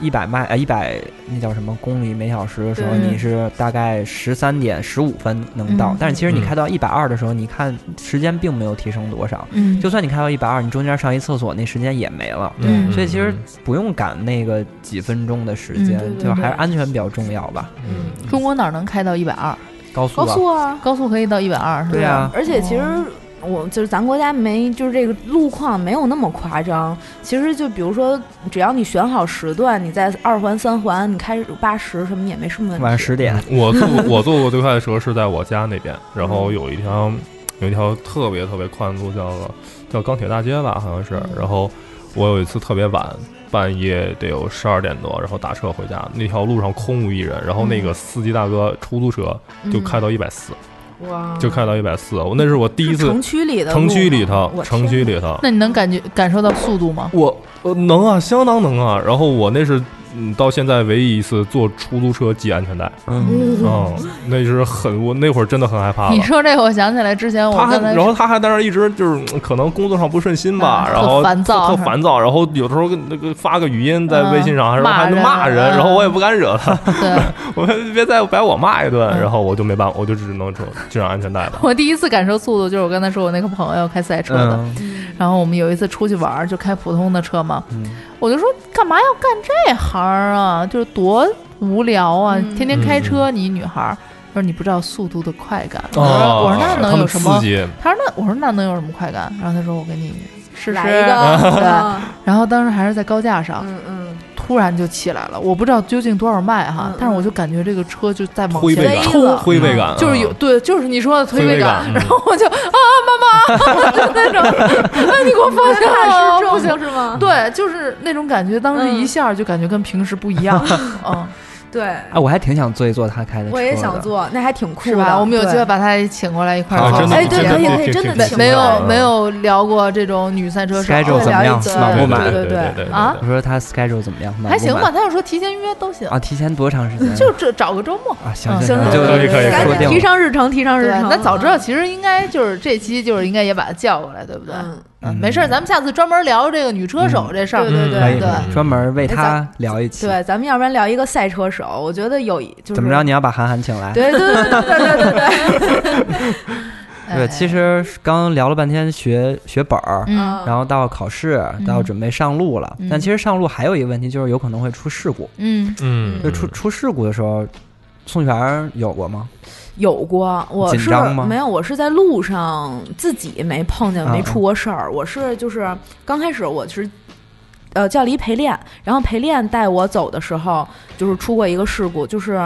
S7: 一百迈呃一百那叫什么公里每小时的时候，
S10: 对
S7: 你是大概十三点十五分能到，
S10: 嗯
S7: 但是其实你
S10: 嗯
S7: 开到一百二的时候，你看时间并没有提升多少，
S10: 嗯
S7: 就算你开到一百二，你中间上一厕所那时间也没了，
S10: 嗯
S7: 所以其实不用赶那个几分钟的时间，
S10: 嗯对对
S7: 就还是
S10: 对
S7: 安全比较重要吧。
S14: 嗯
S10: 中国哪儿能开到一百二？
S7: 高速啊
S10: 啊，高速可以到一百二，是吧
S7: 对啊
S13: 而且其实我就是咱国家没就是这个路况没有那么夸张。其实就比如说，只要你选好时段，你在二环、三环，你开八十什么也没什么问题。
S7: 晚上十点，
S14: 我坐我坐过最快的时候是在我家那边，然后
S13: 嗯
S14: 有一条有一条特别特别宽的路叫叫钢铁大街吧，好像是。
S13: 嗯
S14: 然后我有一次特别晚，半夜得有十二点多，然后打车回家，那条路上空无一人，然后
S13: 嗯
S14: 那个司机大哥出租车就开到一百四，
S13: 哇
S14: 就开到一百四，我那是我第一次
S13: 嗯城区里的
S14: 城
S13: 路
S14: 区
S13: 吗
S14: 里头
S13: 我，
S14: 城区里头，
S10: 那你能感觉感受到速度吗？
S14: 我呃能啊，相当能啊。然后我那是嗯到现在唯一一次坐出租车系安全带，
S10: 嗯
S14: 嗯，那是很我那会儿真的很害怕了
S10: 你。说这个，我想起来之前我
S14: 他还
S10: 刚才，
S14: 然后他还在那儿一直就是嗯可能工作上不顺心吧，
S10: 嗯
S14: 然后
S10: 特烦躁
S14: 特
S10: 是吧
S14: 烦躁，然后有时候跟那个发个语音在微信上，还
S10: 嗯
S14: 然后还能骂
S10: 骂人
S14: 人，然后我也不敢惹他，
S10: 对
S14: 我说别再把我骂一顿，
S10: 嗯
S14: 然后我就没办法，我就只能说系上安全带了。
S10: 我第一次感受速度就是我刚才说我那个朋友开赛车的，
S14: 嗯
S10: 然后我们有一次出去玩儿就开普通的车嘛，我就说干嘛要干这行啊？就是多无聊啊！
S7: 嗯
S10: 天天
S14: 嗯
S10: 开车，你一女孩儿，她说你不知道速度的快感。我
S14: 哦
S10: 说我说那能有什
S14: 他
S10: 么
S14: 们刺激？
S10: 她说那我说那能有什么快感？然后她说我给你试试
S13: 来一个嗯
S10: 对，然后当时还是在高架 上，嗯嗯。突然就起来了，我不知道究竟多少迈哈，但是我就感觉这个车就在往
S14: 推背
S10: 前
S14: 感
S10: 冲，
S14: 推背感
S10: 就是有
S14: 嗯
S10: 对，就是你说的推
S14: 推
S10: 背
S14: 背
S10: 感
S14: 感，嗯
S10: 然后我就啊，妈妈，就那 种，哎，你给 我 放下啊，不行
S13: 是吗？
S10: 对，就是那种感觉，当时一下就感觉跟平时不一 样，嗯，
S13: 对，
S7: 哎，我还挺想坐一坐他开的车的，
S13: 我也想做，那还挺酷
S10: 是吧？
S13: 的
S10: 我们有
S13: 对
S10: 机会把他也请过来一块儿
S7: 啊
S10: 做，
S7: 真的
S13: 哎对真的可以可以挺真的挺挺挺
S10: 没
S7: 挺好
S10: 有
S7: 的
S10: 没
S14: 啊
S10: 有聊过这种女赛车手，
S7: schedule 怎么样？满不满？
S10: 对啊，
S7: 我说他 schedule 怎么样？满不满
S10: 还行吧，他要说提前预约都行
S7: 啊，提前多长时间？
S10: 就这找个周末
S7: 啊行
S10: 嗯
S7: 行行行就可以可以说定了提
S13: 上日程，提上
S10: 日程。那早知道其实应该就是这期就是应该也把他叫过来，对不对？嗯，没事儿，咱们下次专门聊这个女车手这事儿。
S13: 嗯对对
S7: 可
S13: 对对
S7: 以可以专门为他聊一期。
S13: 对，咱们要不然聊一个赛车手，我觉得有一就是
S7: 怎么着？你要把韩寒请 来？
S13: 对对对对对对对
S7: 对，其实刚聊了半天学学本儿，
S10: 嗯
S7: 然后到考试，到准备上路了。
S10: 嗯
S7: 但其实上路还有一个问题，就是有可能会出事故。
S10: 嗯
S14: 嗯
S7: 就出出事故的时候，宋璇儿有过吗？
S13: 有过，我
S7: 紧
S13: 是
S7: 张吗
S13: 没有，我是在路上自己没碰见，
S7: 啊
S13: 没出过事儿。我是就是刚开始我是。呃，叫了一陪练，然后陪练带我走的时候，就是出过一个事故，就是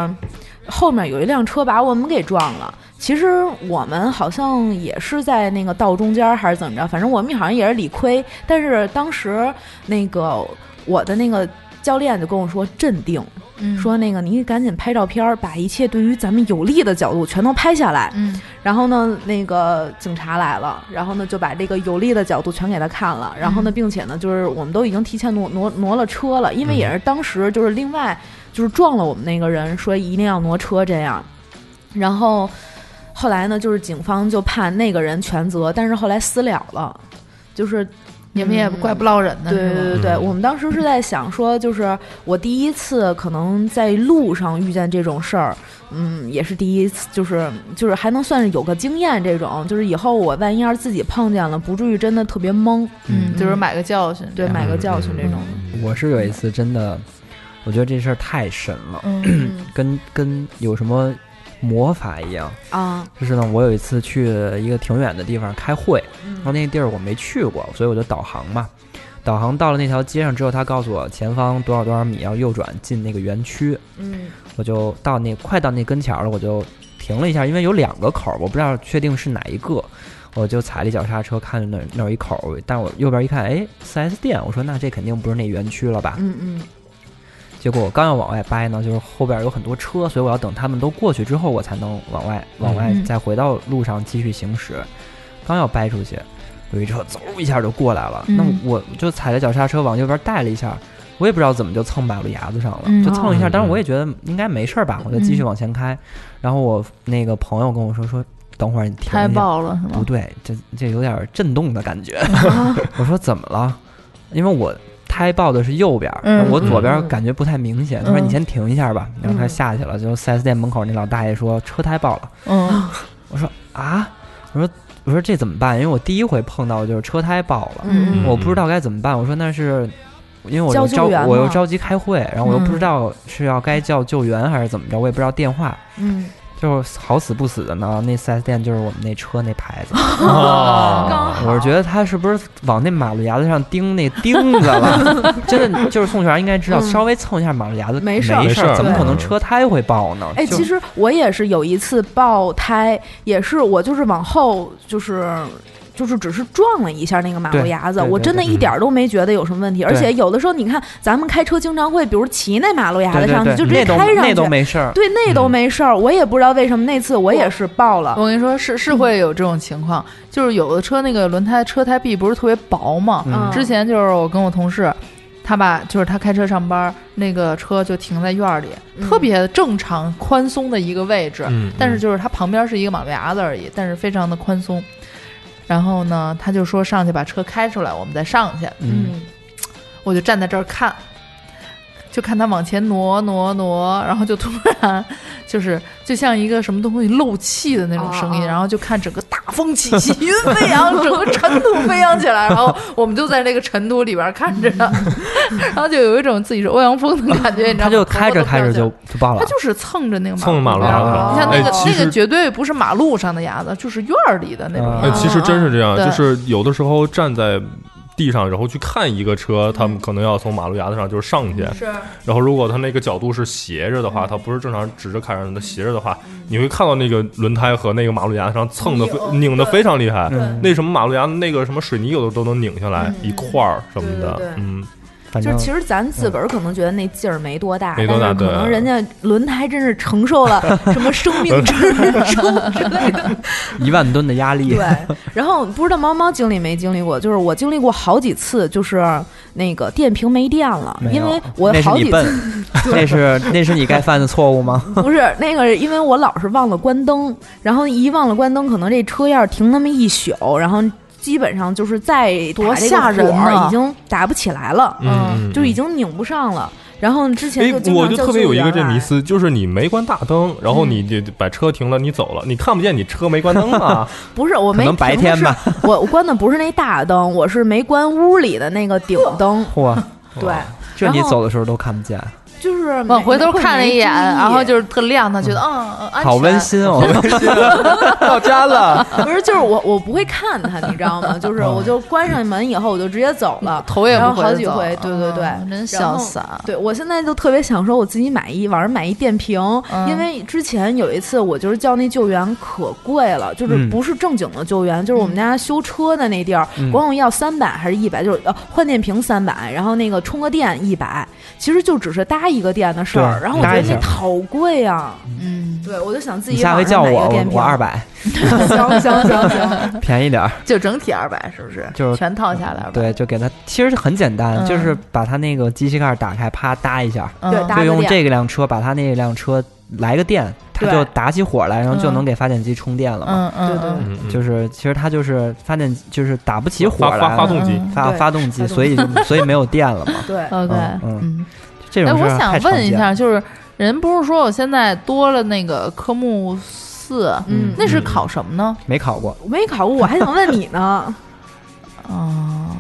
S13: 后面有一辆车把我们给撞了。其实我们好像也是在那个道中间儿还是怎么着，反正我们好像也是理亏。但是当时那个我的那个教练就跟我说镇定，
S10: 嗯
S13: 说那个你赶紧拍照片儿，把一切对于咱们有利的角度全都拍下来。
S10: 嗯，
S13: 然后呢，那个警察来了，然后呢就把这个有利的角度全给他看了。然
S10: 嗯
S13: 后呢，并且呢，就是我们都已经提前挪挪挪了车了，因为也是当时就是另外就是撞了我们那个人说一定要挪车这样，然后。后来呢，就是警方就判那个人全责，但是后来私了了，就是
S10: 你们也怪不落人的
S13: 对
S10: 是吧
S13: 对对对，我们当时是在想说，就是我第一次可能在路上遇见这种事儿，嗯，也是第一次，就是就是还能算是有个经验这种，就是以后我万一要是自己碰见了，不至于真的特别懵，
S10: 嗯就是买个教训，
S13: 对，买个教训这种。
S7: 我是有一次真的，我觉得这事儿太神了，
S13: 嗯
S7: 跟跟有什么魔法一样
S13: 啊！
S7: 就是呢，我有一次去一个挺远的地方开会，
S13: 嗯
S7: 然后那个地儿我没去过，所以我就导航嘛。导航到了那条街上之后，他告诉我前方多少多少米要右转进那个园区。
S13: 嗯
S7: 我就到那快到那跟前儿了，我就停了一下，因为有两个口儿，我不知道确定是哪一个，我就踩了一脚刹车，看着那那儿有一口儿，但我右边一看，哎，4S 店，我说那这肯定不是那园区了吧？
S13: 嗯嗯
S7: 结果我刚要往外掰呢，就是后边有很多车，所以我要等他们都过去之后，我才能往外往外
S5: 嗯
S7: 再回到路上继续行驶。刚要掰出去，有一车嗖一下就过来了，
S5: 嗯
S7: 那我就踩了脚刹车往右边带了一下，我也不知道怎么就蹭马路牙子上了，
S5: 嗯
S7: 就蹭了一下。
S5: 哦
S7: 当时我也觉得应该没事儿吧，我就继续
S5: 嗯
S7: 往前开。然后我那个朋友跟我说说。等会儿你停一下
S10: 太爆了是吗
S7: 不对，这这有点震动的感觉。
S5: 啊
S7: 我说怎么了？因为我胎爆的是右边儿，
S5: 嗯
S7: 我左边儿
S5: 嗯
S7: 感觉不太明显。他说
S5: 嗯
S7: 你先停一下吧，然后他
S5: 嗯
S7: 下去了，就四 S 店门口那老大爷说车胎爆了。
S10: 嗯，
S7: 我说啊，我说我说这怎么办？因为我第一回碰到就是车胎爆了，
S5: 嗯嗯
S7: 我不知道该怎么办。我说那是。因为我
S5: 叫
S7: 又
S5: 救
S7: 着
S5: 援
S7: 我又
S5: 吗
S7: 着急开会，然后我又不
S5: 嗯
S7: 知道是要该叫救援还是怎么着，我也不知道电话。
S13: 嗯
S7: 就是好死不死的呢，那 4S 店就是我们那车那牌子。
S14: 哦
S13: 啊
S14: 刚
S7: 我是觉得他是不是往那马路牙子上钉那钉 子了？真的就是宋璇儿应该知道，
S13: 嗯
S7: 稍微蹭一下马路牙子
S13: 没事
S7: 事
S13: 儿
S7: 儿，
S13: 没事儿
S7: 怎么可能
S13: 对
S7: 车胎会爆呢？
S13: 哎，
S7: 就
S13: 其实我也是有一次爆胎，也是我就是往后就是。就是只是撞了一下那个马路
S7: 对
S13: 牙子，
S7: 对对
S13: 我真的
S7: 对嗯
S13: 一点儿都没觉得有什么问题。而且有的时候，你看咱们开车经常会，比如骑那马路牙
S7: 对
S13: 子
S7: 对
S13: 上去，
S7: 对，
S13: 就直接
S7: 那都
S13: 开上去，
S7: 那都没事儿。
S13: 对，那都没事儿。我也不知道为什么那次我也是爆了。
S10: 我跟你说，是是会有这种情况，就是有的车那个轮胎车胎壁不是特别薄嘛。
S13: 嗯
S10: 之前就是我跟我同事，他把就是他开车上班，那个车就停在院儿里，特别正常宽松的一个位置，
S11: 嗯
S10: 但是就是它旁边是一个马路牙子而已，但是非常的宽松。然后呢，他就说上去把车开出来，我们再上去。
S7: 嗯，
S10: 我就站在这儿看，就看他往前挪挪挪，然后就突然就是就像一个什么东西漏气的那种声音，然后就看整个大风起 起云飞扬，整个尘土飞扬起来，然后我们就在那个尘土里边看着， 然后就有一种自己是欧阳锋的感觉，你知道
S7: 他
S10: 吗？
S7: 就开着开着就就爆了
S10: 他。就是蹭着那个马路，
S14: 蹭马路牙子了
S10: 嗯你看那个、
S14: 哎其
S10: 那
S14: 实
S10: 个绝对不是马路上的牙子，就是院儿里的那
S7: 啊
S10: 种牙子。
S14: 哎，其实真是这样，
S10: 对
S14: 就是有的时候站在地上，然后去看一个车，他们可能要从马路牙子上就是上去，
S10: 是
S14: 然后如果它那个角度是斜着的话，它不是正常直着看上去，它斜着的话，你会看到那个轮胎和那个马路牙子上蹭的
S10: 拧
S14: 拧的非常厉害
S7: 对，
S14: 那什么马路牙子那个什么水泥有的都能拧下来一块儿什么
S13: 对对
S14: 的
S13: 对，
S14: 嗯，
S7: 反
S13: 就是其实咱自个儿可能觉得那劲儿没多大，
S14: 没多大
S13: 但是可能
S14: 对啊
S13: 人家轮胎真是承受了什么生命 之重之类的。
S7: 一万吨的压力。
S13: 对，然后不知道猫猫经历没经历过，就是我经历过好几次，就是那个电瓶没电了，
S7: 没有
S13: 因为我
S7: 那是
S13: 好
S7: 你
S13: 几
S7: 笨
S13: 次
S7: 那是那是你该犯的错误吗？
S13: 不是那个，因为我老是忘了关灯，然后一忘了关灯，可能这车要是停那么一宿，然后基本上就是再
S10: 多
S13: 打这个
S10: 吓人
S13: 火儿
S10: 啊
S13: 已经打不起来了，
S14: 嗯嗯
S13: 就已经拧不上了。然后之前
S14: 哎
S13: 就，经
S14: 我
S13: 常
S14: 就
S13: 叫
S14: 特别有一个这
S13: 救援
S14: 迷
S13: 来
S14: 思，就是你没关大灯，然后你就把车停了，你走了，你看不见你车没关灯啊。
S13: 不是，我
S14: 可
S13: 没
S14: 能白
S13: 停的
S14: 天
S13: 是
S14: 吧
S13: 我我关的不是那大灯，我是没关屋里的那个顶灯。
S7: 嚯，
S13: 对，
S7: 这你走的时候都看不见，
S13: 就是
S10: 往回头看了一眼，
S13: 嗯没注意
S10: 然后就是特亮，他觉得嗯嗯安全。
S7: 好温馨哦！到家了，
S13: 不是，就是我我不会看它，你知道吗？就是
S7: 嗯
S13: 我就关上门以后，我就直接走了，
S10: 头也不
S13: 然后
S10: 回
S13: 好
S10: 地
S13: 几
S10: 走
S13: 回，对对对，
S10: 嗯真
S13: 然后
S10: 潇洒
S13: 对我现在就特别想说，我自己买一网上买一电瓶，
S10: 嗯
S13: 因为之前有一次我就是叫那救援可贵了，就是
S11: 嗯
S13: 不是正经的救援，就是我
S10: 嗯
S13: 们家修车的那地儿，
S11: 嗯
S13: 管我要三百还是一百，就是呃换电瓶三百，然后那个充个电一百，其实就只是搭一个电的事儿，
S7: 对
S13: 然后我觉
S7: 搭
S13: 得
S7: 一下
S13: 那好贵啊，
S10: 嗯，
S13: 对我就想自
S7: 你
S13: 己
S7: 下回
S13: 网
S7: 叫
S13: 上买
S7: 我，
S13: 一个
S7: 我
S13: 电瓶
S7: 我二百，
S10: 行行行 行，
S7: 便宜点儿。
S10: 就整体二百是不是？
S7: 就是
S10: 全套下来吧。
S7: 对，就给它，其实很简单，
S10: 嗯
S7: 就是把它那个机器盖儿打开，啪搭一下，
S13: 嗯
S10: 对
S14: 嗯
S10: 搭
S7: 就
S10: 个
S7: 用
S10: 电
S7: 这个辆车把它那辆车来个电，它
S10: 对
S7: 就打起火来，然后就
S10: 嗯
S7: 能给发电机充电了嘛。
S10: 嗯嗯嗯
S14: 嗯
S7: 就是其实它就是发电，就是打不起火
S14: 发
S7: 来
S14: 发发动机
S7: 嗯发
S10: 对
S7: 发动机，
S10: 发动机
S7: 所以 就所以没有电了嘛。
S13: 对
S10: ，OK，
S7: 嗯嗯，这
S10: 哎，
S7: 种事
S10: 我
S7: 儿
S10: 想
S7: 太常
S10: 问一
S7: 见
S10: 下，
S7: 了，
S10: 就是人不是说我现在多了那个科目四，
S13: 嗯
S10: 那是考什么呢？
S7: 没考过
S13: 我没考过，我还想问你 呢。
S10: 哦，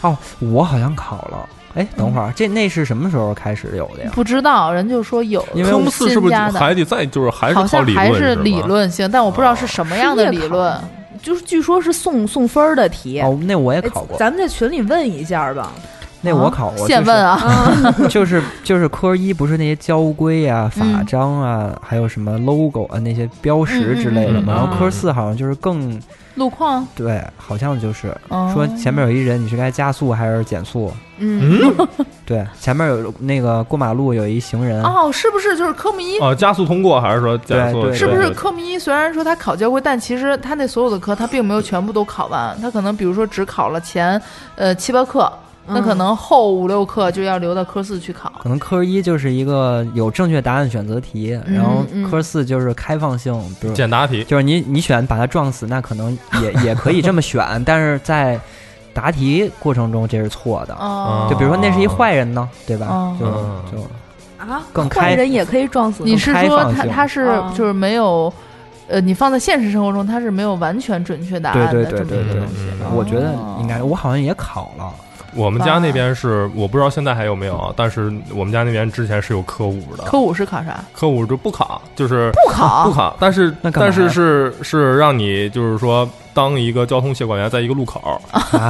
S7: 哦，我好像考了。哎，等会儿，这那是什么时候开始有的呀？
S10: 哦不知道，人就说有
S7: 因为
S14: 科目
S7: 我
S14: 四是不是
S10: 新加的
S14: 还得再就是还是
S10: 好
S14: 靠
S10: 像
S14: 理
S10: 还
S14: 论
S10: 是
S14: 吗
S10: 理论性，但我不知道是什么样的理论。
S13: 就是据说是送送分儿的题。
S10: 嗯
S13: 哎
S7: 哦，那我也
S10: 哎
S7: 考过，
S13: 咱们在群里问一下吧。
S7: 那
S10: 嗯
S7: 我考过。
S13: 现
S7: 就是嗯
S13: 问啊
S7: 就是就是科一不是那些交规啊、
S10: 嗯
S7: 法章啊，还有什么 logo 啊那些标识之类的
S10: 嗯嗯
S7: 嘛。
S10: 嗯
S7: 然后科四好像就是更
S10: 路况，
S7: 对，好像就是
S10: 哦
S7: 说前面有一人，你是该加速还是减速？
S10: 嗯，
S7: 对，前面有那个过马路有一行人，
S10: 哦，是不是就是科目一？
S14: 啊，加速通过还是说加
S7: 对
S14: 速
S7: 哦对
S14: 对？
S10: 是不
S14: 对
S10: 是科目一？虽然说他考交规，但其实他那所有的课他并没有全部都考完，他可能比如说只考了前呃七八课，那
S13: 嗯
S10: 可能后五六课就要留到科四去考。
S7: 可能科一就是一个有正确答案选择题，
S10: 嗯
S7: 然后科四就是开放性，比如
S14: 简答题，
S7: 就是你你选把它撞死，那可能也也可以这么选， 但是在答题过程中这是错的。
S10: 哦
S7: 就比如说那是一坏人呢，对吧？
S10: 哦
S14: 嗯
S7: 就就
S13: 啊，
S7: 更
S13: 坏
S7: 开
S13: 人也可以撞死
S10: 你是说他
S7: 更开放性
S10: 他是
S13: 哦
S10: 就是没有，呃，你放在现实生活中他是没有完全准确答案
S7: 对
S10: 的
S7: 对
S10: 这
S7: 对
S14: 嗯
S10: 么一
S7: 对
S10: 个
S7: 对
S10: 东西。，
S7: 我觉得应该我好像也考了，
S14: 我们
S10: 啊
S14: 家那边是我不知道现在还有没有啊，但是我们家那边之前是有科五的，
S10: 科啊五是考啥？
S14: 科五就不考，就是
S10: 不考
S14: 不考，但是
S7: 那干嘛
S14: 但
S7: 呀
S14: 是是是让你就是说当一个交通协管员，在一个路 口，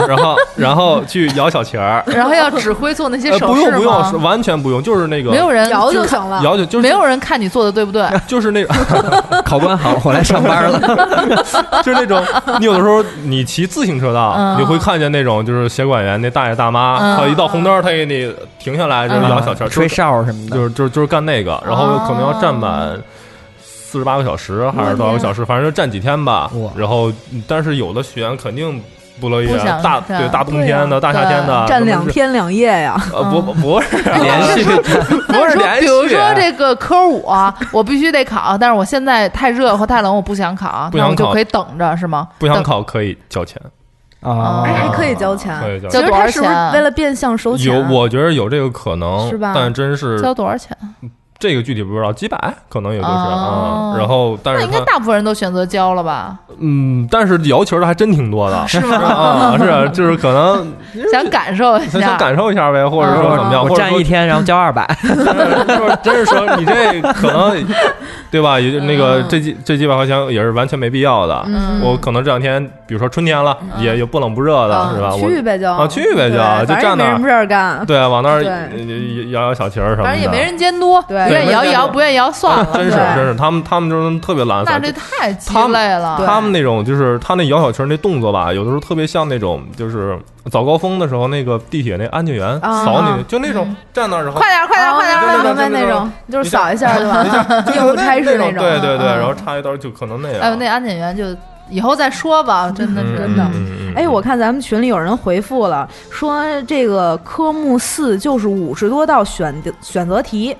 S14: 然后然后去摇小旗儿，
S10: 然后要指挥做那些
S14: 呃
S10: 手
S14: 不
S10: 势
S14: 用
S10: 吗？
S14: 不用，是完全不用，就是那个
S10: 没有人
S9: 摇就
S10: 看
S9: 行了
S14: 摇就就是
S10: 没有人看你做的对 不对？
S14: 就是那种
S7: 考官好，我来上班了。
S14: 就是那种你有的时候你骑自行车道，
S10: 嗯
S14: 你会看见那种就是协管员那大爷大妈，
S10: 嗯
S14: 他一到红灯儿他给你停下来，就是摇小旗儿，
S7: 吹
S14: 就是
S7: 哨什么的，
S14: 就是就是就是干那
S10: 哦
S14: 个，然后可能要站满四十八个小时还是多少个小时，反正就站几天吧
S7: 哇。
S14: 然后，但是有的学员肯定不乐意
S10: 不
S14: 啊，
S10: 想
S14: 大
S10: 站
S14: 对大冬天的、
S10: 对
S14: 大
S10: 啊
S14: 夏天的，
S13: 站
S14: 什么
S13: 两
S14: 是，
S13: 天两夜呀，
S14: 呃，
S10: 嗯
S14: 不不不是
S10: 哎
S7: 连续
S14: 不是连续，
S10: 比如说这个科五啊，我必须得考，但是我现在太热或太冷，我不想考，
S14: 不
S10: 那
S14: 想
S10: 我就
S14: 考
S10: 可以等着，是吗？
S14: 不想
S10: 等。
S14: 考可以交钱，
S10: 哦
S7: 啊，
S13: 哎，还可以交钱。
S14: 可以交
S13: 其
S14: 钱。
S13: 实他是不是
S10: 交多少钱啊
S13: 为了变相收钱
S14: 有，
S13: 啊？
S14: 我觉得有这个可能，
S13: 是吧
S14: 但真是
S10: 交多少钱？啊
S14: 这个具体不知道，几百可能也就是
S10: 哦
S14: 啊。然后，但
S10: 那
S14: 是
S10: 应该
S14: 他
S10: 大部分人都选择交了吧？
S14: 嗯，但是摇球的还真挺多的，是吗？啊，是啊就是可能
S10: 想感受一
S14: 想想
S10: 下，
S14: 感受一下呗，或者
S10: 嗯
S14: 说怎么样，啊
S7: 我
S14: 或者
S7: 站
S14: 说
S7: 一天，然后交二百，
S14: 就是真是说你这可能对吧？也就那个
S10: 嗯
S14: 这几这几百块钱也是完全没必要的。
S10: 嗯
S14: 我可能这两天，比如说春天了，也也不冷不热的，
S10: 嗯
S14: 是吧？我
S13: 去呗就
S14: 啊去呗就
S13: 对反
S14: 就
S13: 正
S14: 站
S13: 也
S14: 那
S13: 没
S14: 儿
S13: 什么事儿干。
S14: 对啊往那儿呃
S13: 对
S14: 也摇摇小旗儿什么的，
S10: 反正也没人监督，
S13: 对
S10: 愿意摇一
S14: 没人监
S10: 摇，
S14: 督啊
S10: 不愿意摇算了。
S14: 真是
S13: 对
S14: 真是，他们他们就是特别懒
S10: 那
S14: 散。
S10: 这太鸡
S14: 他们
S10: 肋了。
S13: 对
S14: 他们那种就是他那摇小旗儿那动作吧，有的时候特别像那种就是早高峰的时候那个地铁那安检员
S13: 啊
S14: 扫你，
S13: 啊
S14: 就那
S10: 嗯
S14: 种站那儿然后
S10: 快点，快
S13: 哦
S10: 点，快点，
S14: 对对
S10: 快点！
S14: 对
S13: 明白那种，
S7: 嗯
S13: 就是扫一 下就完了，
S14: 就
S13: 业务差事
S14: 那
S13: 那
S14: 种，对对对，
S13: 嗯
S14: 然后插一刀就可能那样。
S10: 哎呦，那安检员就以后再说吧，真的
S14: 嗯
S10: 是
S13: 真的
S14: 嗯嗯嗯嗯
S13: 哎，我看咱们群里有人回复了，说这个科目四就是五十多道选的选择题，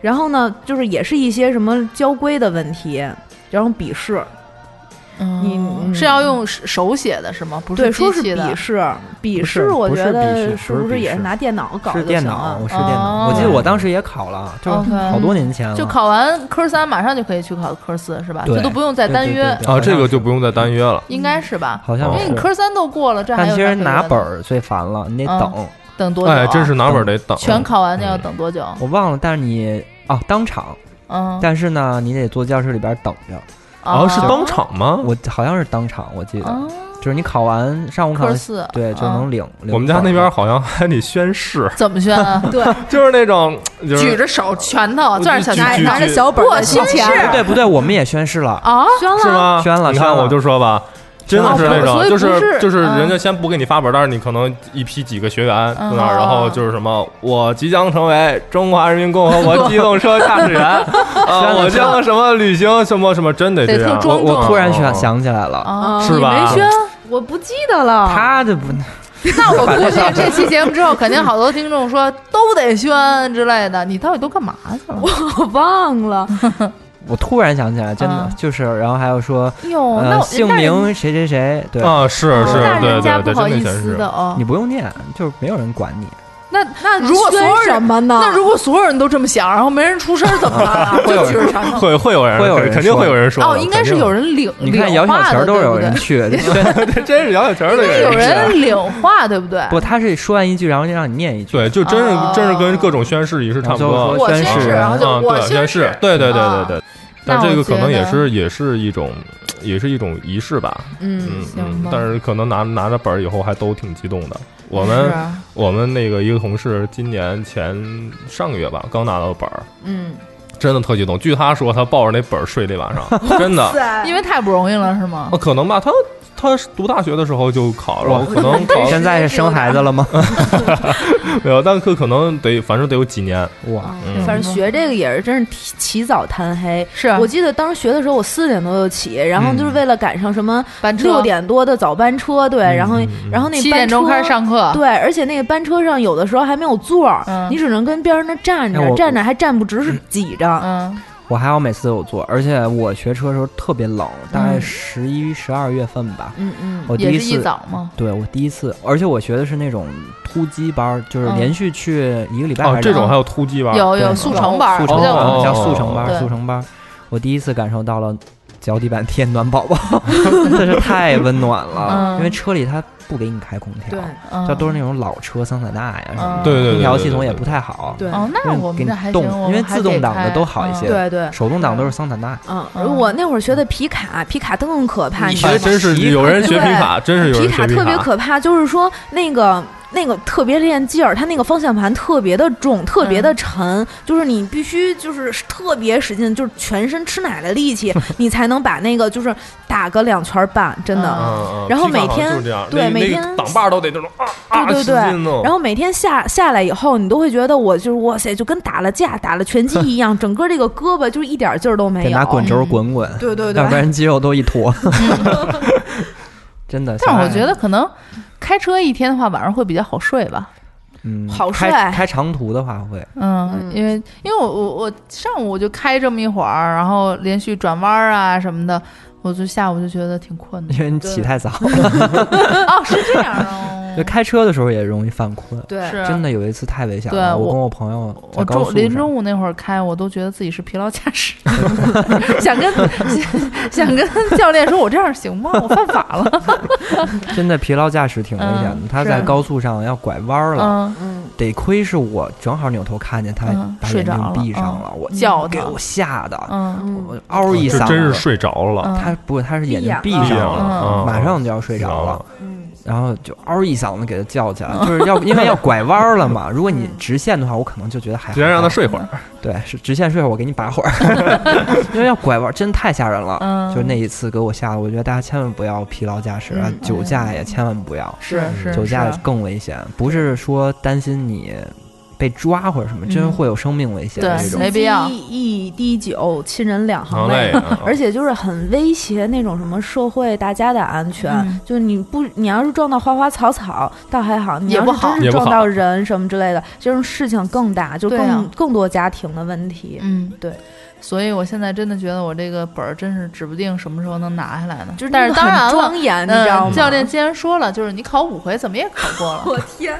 S13: 然后呢，就是也是一些什么交规的问题，然后笔试，
S10: 嗯
S13: 你
S10: 是要用手手写的是吗？不
S13: 对，
S10: 是
S13: 说
S10: 机
S13: 是
S10: 器的
S13: 笔。试，笔
S7: 不是
S13: 试我
S7: 不是
S13: 觉
S7: 笔
S13: 得
S7: 试
S13: 是
S7: 不是
S13: 不是
S7: 笔
S13: 也是
S7: 试
S13: 拿电脑搞就
S7: 是
S13: 行
S7: 电脑，
S13: 了？
S7: 是电
S10: 哦
S7: 脑。我记得我当时也考了，就是
S10: OK
S7: 好多年前了，
S10: 就考完科三，马上就可以去考科四，是吧？
S7: 对
S10: 这都不用再单约
S7: 对，
S14: 啊，这个就不用哦再单约了。
S10: 应该是吧？
S7: 好像
S10: 因为
S7: 是。
S10: 你科三都过了，这还
S7: 但
S10: 有
S7: 其实
S10: 啥可
S7: 拿
S10: 约
S7: 本
S10: 的
S7: 儿最烦了，你得
S10: 嗯
S7: 等，
S10: 等多久啊？
S14: 哎，真是拿本儿得等。
S10: 全考完那
S7: 嗯
S10: 要等多久？
S7: 我忘了。但是你啊，当场，
S10: 嗯，
S7: 哦但哦是呢，你得坐教室里边等着。
S10: 哦
S14: 啊，是当场吗？
S10: 嗯
S7: 我好像是当场，我记得，
S10: 啊
S7: 就是你考完上午考
S10: 科
S7: 完，
S10: 四嗯
S7: 对，就能领。领
S14: 我们家
S7: 本
S14: 那
S7: 儿
S14: 边
S7: 了
S14: 好像还得宣誓，
S10: 怎么宣 啊？
S13: 对，
S14: 就是那种就是
S10: 举着手，拳头，
S14: 我
S10: 攥着小
S14: 举
S10: 拳
S13: 拿拿
S14: 举
S13: 着小本
S10: 我
S13: 儿
S10: 宣誓
S7: 不哎对不对，我们也宣誓了。
S10: 啊，
S13: 宣
S14: 是
S13: 了，
S14: 吗？
S7: 宣了
S14: 你
S7: 宣
S14: 看
S7: 了
S14: 我就说吧，真的是那
S10: 哦所
S14: 种，
S10: 以
S14: 就
S10: 不是
S14: 就是
S10: 嗯
S14: 人家先不给你发本，但是你可能一批几个学员在那儿，
S10: 嗯
S14: 然后就是什么，我即将成为中华人民共和 国机动车驾驶员，啊，我将什么旅行什么什么，真得
S10: 得
S14: 这样
S10: 特。
S7: 我
S10: 庄重
S7: 我突然
S14: 哦
S7: 想想起来了，
S10: 啊，
S14: 是吧
S10: 你没宣，
S13: 我不记得
S10: 哦
S13: 了。
S7: 他这不
S10: 那我估计这期节目之后，肯定好多听众说都得宣之类的，你到底都干嘛去了？
S13: 我忘了，
S7: 我突然想起来，真的
S10: 嗯
S7: 就是，然后还有说，
S10: 哟，哎哦那
S7: 呃，
S10: 我
S7: 姓名谁谁谁，对，
S14: 啊，是是，
S10: 那
S14: 对
S10: 哦人家
S14: 对对，
S10: 不好
S14: 真
S10: 意
S14: 得全
S10: 思
S14: 是
S10: 的。哦
S7: 你。不用念，就是没有人管你。
S10: 那那
S13: 那
S10: 如果所有
S13: 宣
S10: 人
S13: 什么呢？
S10: 那如果所有人都这么想，然后没人出声儿怎么办啊？
S7: 会有
S10: 就举着啥？
S14: 会会有人，
S7: 会有人
S14: 肯定
S7: 说
S14: 会有人说的。
S10: 哦，应该是有人领，
S7: 你看
S10: 领
S7: 摇小
S10: 话
S7: 旗
S10: 的
S7: 儿都
S10: 对不
S7: 有人
S10: 对
S7: 去，
S14: 肯定， 这真是杨小晴儿的
S10: 因为有
S14: 人。
S10: 人领话，对不对？
S7: 不，他是说完一句，然后就让你念一句。
S14: 对，就真是
S10: 哦
S14: 真是跟各种宣誓仪式差不多。
S7: 我
S10: 我
S7: 宣
S10: 宣
S7: 誓
S10: 誓，然后就
S14: 嗯，
S10: 我
S14: 对，宣
S10: 誓，
S14: 对对对对
S10: 啊
S14: 对。但
S10: 那
S14: 这
S10: 我
S14: 个可
S10: 觉
S14: 能也
S10: 得
S14: 是也是一种也是一种仪式吧，
S13: 嗯，
S14: 嗯
S10: 行
S14: 嗯
S10: 吧，
S14: 但是可能拿拿着本儿以后还都挺激动的。我
S10: 是
S14: 们
S10: 啊
S14: 我们那个一个同事今年前上个月吧，刚拿到本儿，
S13: 嗯，
S14: 真的特激动。据他说，他抱着那本儿睡了一晚上， 真的。
S10: 因为太不容易了，是吗
S14: 啊，？可能吧，他他读大学的时候就考，然后
S7: 哇
S14: 可能考
S7: 现在是生孩子了吗？
S14: 没有，但可可能得反正得有几年。
S7: 哇，
S14: 嗯
S13: 反正学这个也是真是起起早贪黑。
S10: 是
S13: 我记得当时学的时候，我四点多就起，然后就是为了赶上什么
S10: 班车
S13: 六点多的早班车，对，然
S14: 嗯
S13: 后然后那
S10: 啊七
S13: 班
S10: 点
S13: 车
S10: 钟开始，上课，
S13: 对，而且那个班车上有的时候还没有座儿，
S10: 嗯
S13: 你只能跟边上那站
S7: 哎
S13: 着，
S7: 我
S13: 站着还站不直，是挤着。
S10: 嗯，
S7: 我还好每次有坐，而且我学车的时候特别冷，大概十一、十二月份吧。
S13: 嗯嗯，
S7: 我第
S10: 嗯也是一
S7: 次，
S10: 早嘛，
S7: 对我第一次，而且我学的是那种突击班儿，就是
S10: 嗯
S7: 连续去一个礼拜还
S14: 哦，
S7: 是
S14: 这
S7: 两
S14: 种还有突击吧？
S10: 哦有
S7: 对
S10: 有速成班儿，
S7: 速
S10: 不
S7: 成班
S10: 叫
S14: 哦
S7: 儿叫速成班
S10: 对
S7: 儿，速成班儿。我第一次感受到了脚底板贴暖宝 宝，真是太温暖了。因为车里它不给你开空调
S10: 嗯对嗯，
S7: 它都是那种老车桑塔纳呀什么
S10: 嗯
S7: 的，
S10: 对对对对
S7: 空调系统也不太好。
S10: 对哦那我们
S7: 给你
S10: 这还行
S7: 动，
S10: 我
S7: 因为
S10: 们还
S7: 自动
S10: 得
S7: 挡的
S10: 开
S7: 都好一些，
S13: 嗯对对
S7: 手动挡都是桑塔纳。
S13: 嗯，我那会儿学的皮卡，皮卡更可怕，你知道
S14: 哎，
S13: 吗？
S14: 真是有人学皮卡，真是有
S13: 皮
S14: 人学
S13: 卡
S14: 皮
S13: 特别可怕，就是说那个那个特别练劲儿，它那个方向盘特别的重，特别
S10: 嗯
S13: 的沉，就是你必须就是特别使劲，就是全身吃奶的力 气，你才能把那个就是打个两圈半，真的。
S14: 嗯嗯
S13: 然后每
S14: 皮卡好像就
S13: 天
S14: 是这样那
S13: 对
S14: 个
S13: 每
S14: 那个
S13: 天
S14: 挡把都得那种啊啊
S13: 对对对
S14: 使劲弄，
S13: 然后每天下下来以后，你都会觉得我就是哇塞，就跟打了架、打了拳击一样，整个这个胳膊就是一点劲儿
S14: 嗯
S13: 都没
S7: 得
S13: 有。嗯
S7: 拿滚轴
S10: 嗯
S7: 滚滚，
S13: 对对对
S7: 要不然肌肉都一坨。 真的，
S10: 但是我
S7: 小爱
S10: 觉得可能开车一天的话，晚上会比较好睡吧。
S7: 嗯，
S10: 好
S7: 开
S10: 帅
S7: 开长途的话会，
S10: 嗯，因为因为我我我上午我就开这么一会儿，然后连续转弯儿啊什么的，我就下午就觉得挺困的。
S7: 因为你起太早
S10: 嗯
S7: 了。
S10: 哦，是这 样的哦。
S7: 就开车的时候也容易犯困。
S10: 对是
S7: 真的有一次太危险
S10: 对
S7: 了。
S10: 我
S7: 跟我朋友在
S10: 我
S7: 高
S10: 中
S7: 速
S10: 临
S7: 上
S10: 中午那会儿开，我都觉得自己是疲劳驾驶， 想跟想跟教练说，我这样行吗？我犯法了。
S7: 真的疲劳驾驶挺危险的
S10: 嗯。
S7: 他
S10: 是
S7: 在高速上要拐弯了
S10: 嗯嗯，
S7: 得亏是我正好扭头看见他
S10: 嗯
S7: 把
S10: 睡
S7: 眼
S10: 着
S7: 睛
S10: 了
S7: 闭上
S10: 嗯
S7: 了，我
S10: 叫
S7: 给
S10: 他
S7: 我吓的，
S10: 嗯，
S7: 我嗷一
S14: 哦这
S7: 嗓，
S14: 真是睡着了嗯
S7: 他不，他是眼睛
S14: 闭
S7: 闭
S14: 眼了
S7: 上
S14: 嗯
S7: 马上就要睡着了。
S13: 嗯
S7: 然后就嗷一嗓子给他叫起来，就是要因为要拐弯了嘛。如果
S10: 嗯
S7: 你直线的话，我可能就觉得还好
S14: 直接让他睡会儿。
S7: 对，是直线睡会儿，我给你拔会儿， 因为要拐弯真太吓人了。
S10: 嗯
S7: 就那一次给我吓得，我觉得大家千万不要疲劳驾驶啊，
S10: 嗯
S7: 酒驾也千万不要，
S10: 是是
S7: 酒驾
S10: 是
S7: 更危险，不是说担心你被抓或者什么，
S13: 嗯
S7: 真会有生命危险的这种。
S10: 没必要
S13: 一一滴酒，亲人两行泪
S7: 行泪啊，
S13: 嗯而且就是很威胁那种什么社会大家的安全。
S10: 嗯
S13: 就是你不，你要是撞到花花草草倒还好，你
S10: 也
S13: 要
S10: 不
S13: 是
S10: 好
S13: 真
S10: 也
S13: 是
S10: 不好
S13: 撞到人什么之类的，这种事情更大，就
S10: 对
S13: 更、
S10: 啊
S13: 更多家庭的问题。
S10: 嗯，
S13: 对。
S10: 所以我现在真的觉得我这个本儿真是指不定什么时候能拿下来呢。
S13: 就是
S10: 但是
S13: 那个
S10: 当
S13: 很
S10: 然了，
S13: 庄严你知道
S10: 嗯
S13: 吗
S10: 教练既然说了，就是你考五回，怎么也考 过了。
S13: 我天！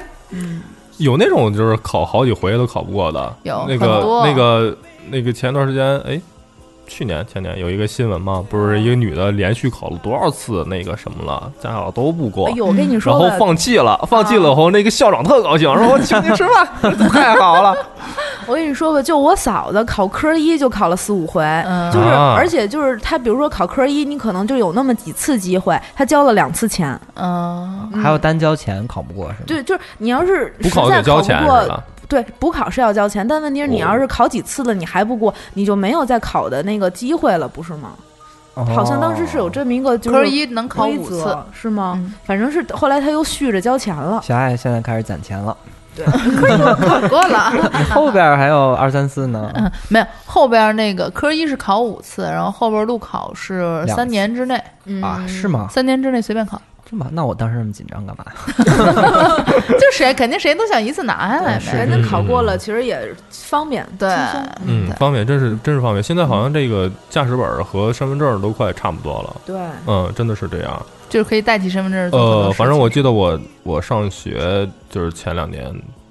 S14: 有那种就是考好几回都考不过的，
S10: 有
S14: 那
S10: 很
S14: 个
S10: 多
S14: 那个那个前段时间，哎，去年前年有一个新闻嘛，不是一个女的连续考了多少次那个什么了，家长都不过，
S13: 哎呦我跟你说
S14: 然后
S13: 吧
S14: 放弃了，啊放弃了以后，那个校长特高兴，说我请您吃饭，太好了，
S13: 我跟你说吧，就我嫂子考科一就考了四五回，
S10: 嗯
S13: 就是、
S14: 啊
S13: 而且就是她，比如说考科一，你可能就有那么几次机会，她交了两次钱。
S10: 嗯
S7: 还有单交钱考不过是吗？
S13: 对，就是你要是
S7: 补
S13: 实
S7: 考
S13: 在
S7: 得交
S13: 考不
S7: 钱是
S13: 过
S7: 吧，
S13: 对，补考是要交钱，但问题是你要是考几次了你还不过，你就没有再考的那个机会了，不是吗？
S7: 哦
S13: 好像当时是有这么一个就是
S10: 科一能考
S13: 规
S10: 五
S13: 则
S10: 次嗯
S13: 是吗？反正是后来他又续着交钱了。
S7: 小爱现在开始攒钱了，
S10: 考过了，
S7: 你后边还有二三四呢。
S13: 嗯
S10: 没有后边那个科一是考五次，然后后边路考是
S7: 两次
S10: 三年之内。
S7: 啊
S10: 嗯
S7: 是吗
S10: 三年之内随便考，
S7: 这么，那我当时那么紧张干嘛？
S10: 就谁肯定谁都想一次拿下
S14: 嗯
S10: 来
S7: 对
S13: 哎
S10: 呗。
S7: 是人家
S14: 考过
S13: 了，其实也方便，
S10: 对，嗯
S14: 嗯，方便，真是真是方便。现在好像这个驾驶本儿和身份证儿都快差不多了，
S13: 对
S14: 嗯，真的是这样。
S10: 就是可以代替身份证做很
S14: 呃，
S10: 多事
S14: 反正我记得我我上学就是前两年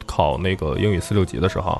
S14: 考那个英语四六级的时候，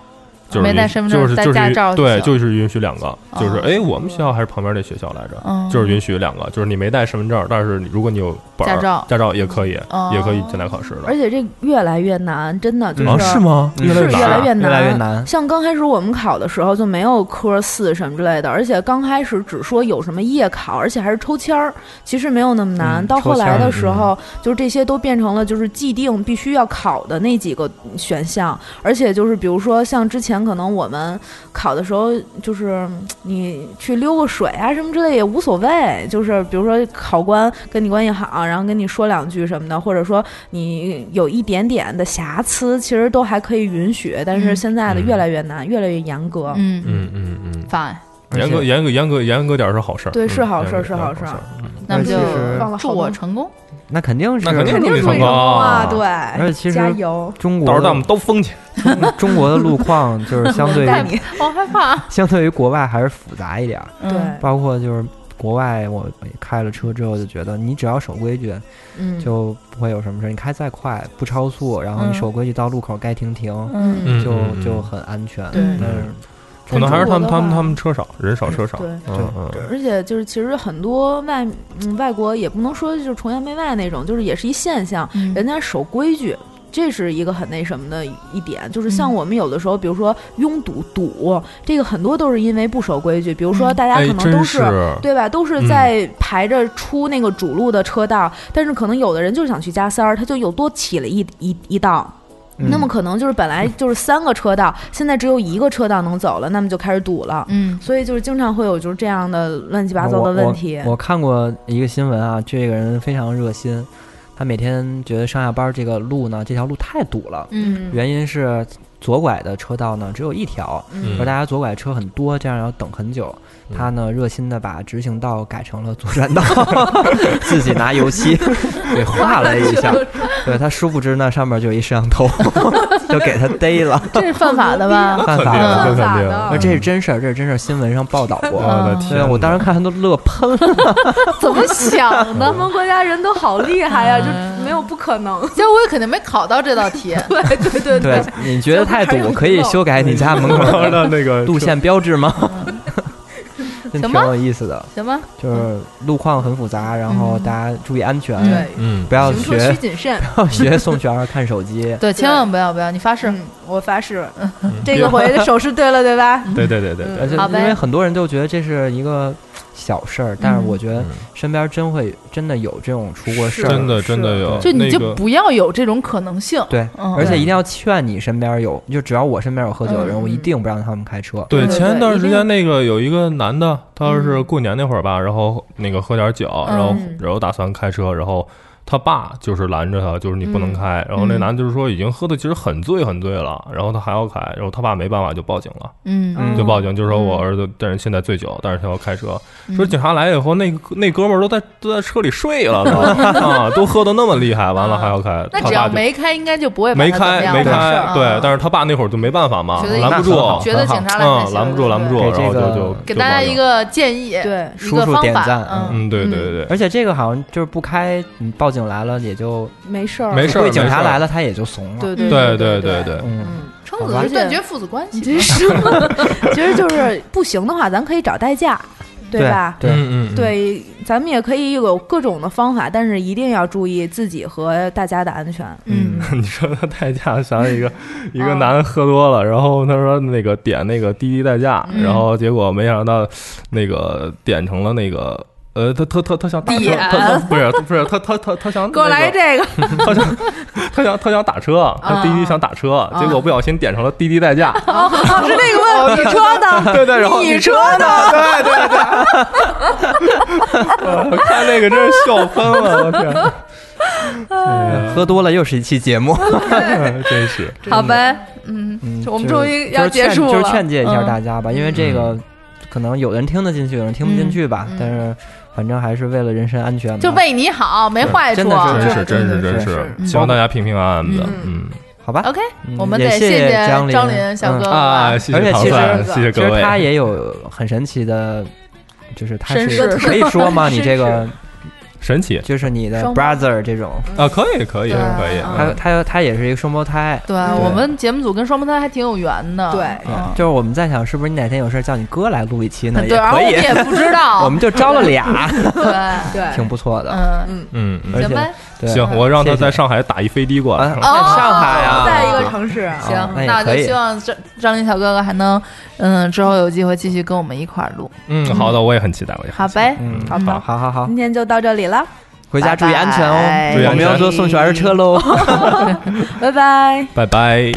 S14: 就是
S10: 没带
S14: 允
S10: 身份证
S14: 就是
S10: 带
S14: 就是
S10: 驾
S14: 允
S10: 照就
S14: 对，
S10: 行
S14: 就是允许两个，
S13: 哦
S14: 就是哎，我们学校还是旁边这学校来
S10: 哦
S14: 着，就是允许两个，就是你没带身份证，但是你如果你有本儿
S13: 驾照
S14: 驾照也可以
S13: 哦，
S14: 也可以进来考试的。
S13: 而且这越来越难，真的
S10: 嗯
S13: 就是、嗯
S14: 啊是吗
S13: 是
S14: 越
S13: 越
S14: 来
S13: 来
S14: 越难
S13: 越难，
S14: 越来越难
S13: 像刚开始我们考的时候就没有科四什么之类的，而且刚开始只说有什么夜考，而且还是抽签儿，其实没有那么难。
S10: 嗯
S13: 到后来的时
S10: 抽签
S13: 候，就是这些都变成了就是既定必须要考的那几个选项，而且就是比如说像之前可能我们考的时候，就是嗯你去溜个水啊什么之类也无所谓，就是比如说考官跟你关系好，然后跟你说两句什么的，或者说你有一点点的瑕疵，其实都还可以允许。但
S7: 嗯
S13: 是现在的越来越难，越来越严格。
S10: 嗯
S14: 嗯嗯嗯，
S10: 烦。
S14: 严格
S7: 而且
S14: 严格严格严格点儿是好事儿，
S13: 对，是
S14: 嗯
S13: 好事
S14: 严
S13: 儿，
S14: 格
S13: 是
S14: 点儿
S13: 好
S14: 是
S13: 事儿。
S10: 那
S7: 而
S10: 么
S7: 且
S10: 就
S7: 其实忘了
S10: 祝我 成功。
S7: 那肯定是，
S14: 那肯定祝你成功
S13: 啊！对，
S7: 而且哎其实
S13: 加油，
S7: 中国
S14: 到
S7: 的
S14: 时候带我们都疯去。
S7: 中中国的路况就是相对
S13: 带
S7: 于
S13: 你
S10: 我害怕。
S7: 相对于国外还是复杂一点儿，
S13: 啊
S10: 嗯
S13: 对
S7: 包括就是国外我开了车之后就觉得，你只要守规矩，
S13: 嗯
S7: 就不会有什么事儿。你开再快，不超速，然后你
S13: 嗯
S7: 守规矩，到路口该停停，
S13: 嗯
S7: 就
S14: 嗯嗯嗯
S7: 就很安全。
S13: 对
S7: 但是
S14: 可能还是他们
S13: 但中国的话
S14: 他们他们车少，人少车少。
S13: 对
S14: 嗯嗯嗯
S13: 而且就是，其实很多外嗯外国也不能说就是崇洋媚外那种，就是也是一现象，
S10: 嗯
S13: 人家守规矩。这是一个很那什么的一点，就是
S10: 嗯
S13: 像我们有的时候，比如说拥堵堵，这个很多都是因为不守规矩。比如
S10: 嗯
S13: 说大家
S11: 哎
S13: 可能
S11: 真
S13: 都
S11: 是
S13: 对吧，都是
S11: 嗯
S13: 在排着出那个主路的车道，但是可能有的人就想去加塞儿，他就又多起了一一一道。
S11: 嗯
S13: 那么可能就是本来就是三个车道，现在只有一个车道能走了，那么就开始堵了。
S10: 嗯，
S13: 所以就是经常会有就是这样的乱七八糟的问题。
S7: 嗯我我。我看过一个新闻啊，这个人非常热心，他每天觉得上下班这个路呢，这条路太堵了。
S13: 嗯
S7: 原因是左拐的车道呢只有一条，
S11: 嗯
S7: 而大家左拐车很多，这样要等很久。他呢热心的把直行道改成了左转道，自己拿油漆给画了一 下。对他殊不知呢，上面就有一摄像头， 就给他逮了。
S10: 这是犯法的吧？
S7: 犯法
S10: 嗯
S7: 的，
S10: 犯法的
S7: 而这是真事儿，这是真事儿，新闻上报道过。
S1: 嗯
S10: 我的天
S13: 嗯
S7: 对，啊我当时看他都乐喷了。
S10: 怎么想的？ 嗯
S13: 咱们国家人都好厉害呀，就没有不可能。
S10: 结果我肯定没考到这道题。
S13: 对对对
S7: 对，你觉得太堵，可以修改你家门口
S14: 的 那个
S7: 路线标志吗？真
S10: 嗯行
S7: 挺
S10: 吧
S7: 有意思的，
S10: 行吧，
S7: 就是路况很复杂，然后大家注意安全，
S10: 嗯对
S14: 嗯
S7: 不要
S10: 行车
S7: 学
S10: 需谨慎
S7: 不要学宋璇儿看手机，
S10: 对，千万不要不要，你发誓，
S13: 嗯我发誓，
S7: 这个回 手
S13: 势对了，对吧？嗯
S14: 对对对对
S7: 而且
S14: 对，
S7: 因
S13: 好呗
S7: 为很多人都觉得这是一个小事儿，但是
S13: 嗯
S7: 我觉得身边真会真的有这种出过事儿，
S14: 嗯真的真的有，
S10: 就你就
S14: 那个
S10: 不要有这种可能性。
S7: 对，
S10: 嗯
S7: 而且一定要劝你身边有，就只要我身边有喝酒的人，
S10: 嗯
S7: 我一定不让他们开车。
S14: 对，前一段时间那个有一个男的，他
S10: 嗯
S14: 是过年那会儿吧，然后那个喝点酒，然后
S7: 嗯
S14: 然后打算开车，然后他爸就是拦着他，就是你不能开。然后那
S10: 嗯
S14: 男的就是说已经喝的其实很醉很醉了，然后他还要开，然后他爸没办法就报警了，
S10: 嗯嗯
S14: 就报警，就是说我儿子但是现在醉酒，但是他要开车。
S10: 嗯
S14: 说警察来以后，那个那哥们儿都在都在车里睡 了都啊，都喝的那么厉害，完了还要开，
S10: 那
S14: 他
S10: 只
S14: 爸
S10: 要
S14: 就
S10: 没开，应该就不会把
S14: 没
S10: 他怎么
S14: 开
S10: 样
S14: 没
S10: 的事儿
S14: 开，对
S10: 嗯，
S14: 但是他爸那会儿就没办法嘛
S10: 觉得，
S14: 拦不
S10: 很
S14: 住
S10: 好，觉得警察来才
S14: 嗯
S10: 行
S14: 拦不住，拦不住，然
S7: 对
S14: 后
S7: 给这个
S14: 就就
S10: 给大家一个建议，对一
S7: 叔
S10: 个
S7: 叔
S10: 方
S7: 点赞，
S10: 法，
S14: 嗯，对对对，
S7: 而且这个好像就是不开，你报警来了也就
S13: 没
S10: 嗯
S13: 事儿
S14: 没事儿
S7: 会警察
S14: 没事儿
S7: 来了他也就怂了。
S13: 对
S14: 对
S13: 对
S14: 对对对，
S7: 嗯，
S10: 撑死就是断绝父子关系。
S13: 真是， 其实就是不行的话，咱可以找代驾，吧？
S7: 对嗯嗯嗯
S13: 对，咱们也可以有各种的方法，但是一定要注意自己和大家的安全。
S14: 嗯， 你说他代驾，想起一个
S10: 嗯
S14: 一个男的喝多了，然后他说那个点那个滴滴代驾，
S13: 嗯
S14: 然后结果没想到那个点成了那个呃，他他他他想打车，
S10: 点
S14: 他他不是不是他他他他想
S10: 给我来啊这个，
S14: 他想他想打车，他滴滴想打车，结
S10: 啊
S14: 果不小心点成了滴滴代驾，
S10: 哦，
S13: 是那个问
S10: 题，
S13: 你车呢？
S14: 对对，然后
S13: 你车呢？
S14: 对对对， 我看那个真是笑喷了，我天，
S13: 哎
S7: 喝多了又是一期节目，
S14: 哎真是
S10: 好呗，嗯，我
S7: 就是
S10: 们终于要结束了，嗯
S7: 就是劝就是劝诫一下大
S10: 家，
S7: 家吧，因
S14: 嗯
S7: 为这个可能有人听得进去，有人听不进去吧，但是反正还是为了人身安全嘛，
S10: 嗯就为你好，没坏
S7: 嗯
S10: 处
S7: 真的
S10: 啊，
S14: 真是
S7: 对
S14: 真是
S7: 对
S14: 真
S7: 对
S14: 是，
S7: 嗯
S14: 希望大家平平安安的
S10: 嗯，
S14: 嗯，
S7: 好吧
S10: OK，
S7: 嗯
S10: 我们
S7: 也
S10: 得
S7: 谢
S10: 谢
S7: 张
S10: 张
S7: 琳
S10: 琳小
S7: 嗯
S10: 哥
S14: 啊谢谢
S7: 而且
S14: 唐
S7: 其
S14: 蒜
S7: 实
S14: 谢谢
S7: 其
S14: 各
S7: 实
S14: 位
S7: 他也有很神奇的，就是他
S10: 身世
S7: 是可以说 吗？你这个
S14: 神奇
S7: 就是你的
S10: 双胞嗯
S7: brother 这种
S14: 啊，可以可以
S10: 对
S14: 可以，嗯
S7: 他他他也是一个双胞胎，
S10: 对我们节目组跟双胞胎还挺有缘的，对
S7: 嗯就是我们在想，是不是你哪天有事儿叫你哥来录一期呢？
S10: 对，然后
S7: 可
S10: 我
S7: 以，
S10: 们也不知 道，
S7: 我们就招了俩，
S10: 对 对，
S7: 挺不错的。啊
S10: 嗯
S14: 嗯，
S7: 而
S10: 行呗
S7: 且
S14: 行，我让他在上海打一飞的过来。
S13: 哦
S7: 啊
S10: 在哦一个城市，行，
S14: 啊哦那也
S10: 那我
S14: 可
S10: 就
S14: 以
S10: 希望张张琳小哥哥还能，嗯，之后有机会继续跟我们一块儿录。
S14: 嗯，好的，我也很期待，我也
S10: 好呗，
S14: 嗯，
S10: 好吧
S7: 好好好
S13: 今，天就到这里 了，
S7: 回家注意安全哦。
S14: 注意安全
S7: 我们要坐宋璇儿车喽。
S13: 拜拜。
S14: 拜拜。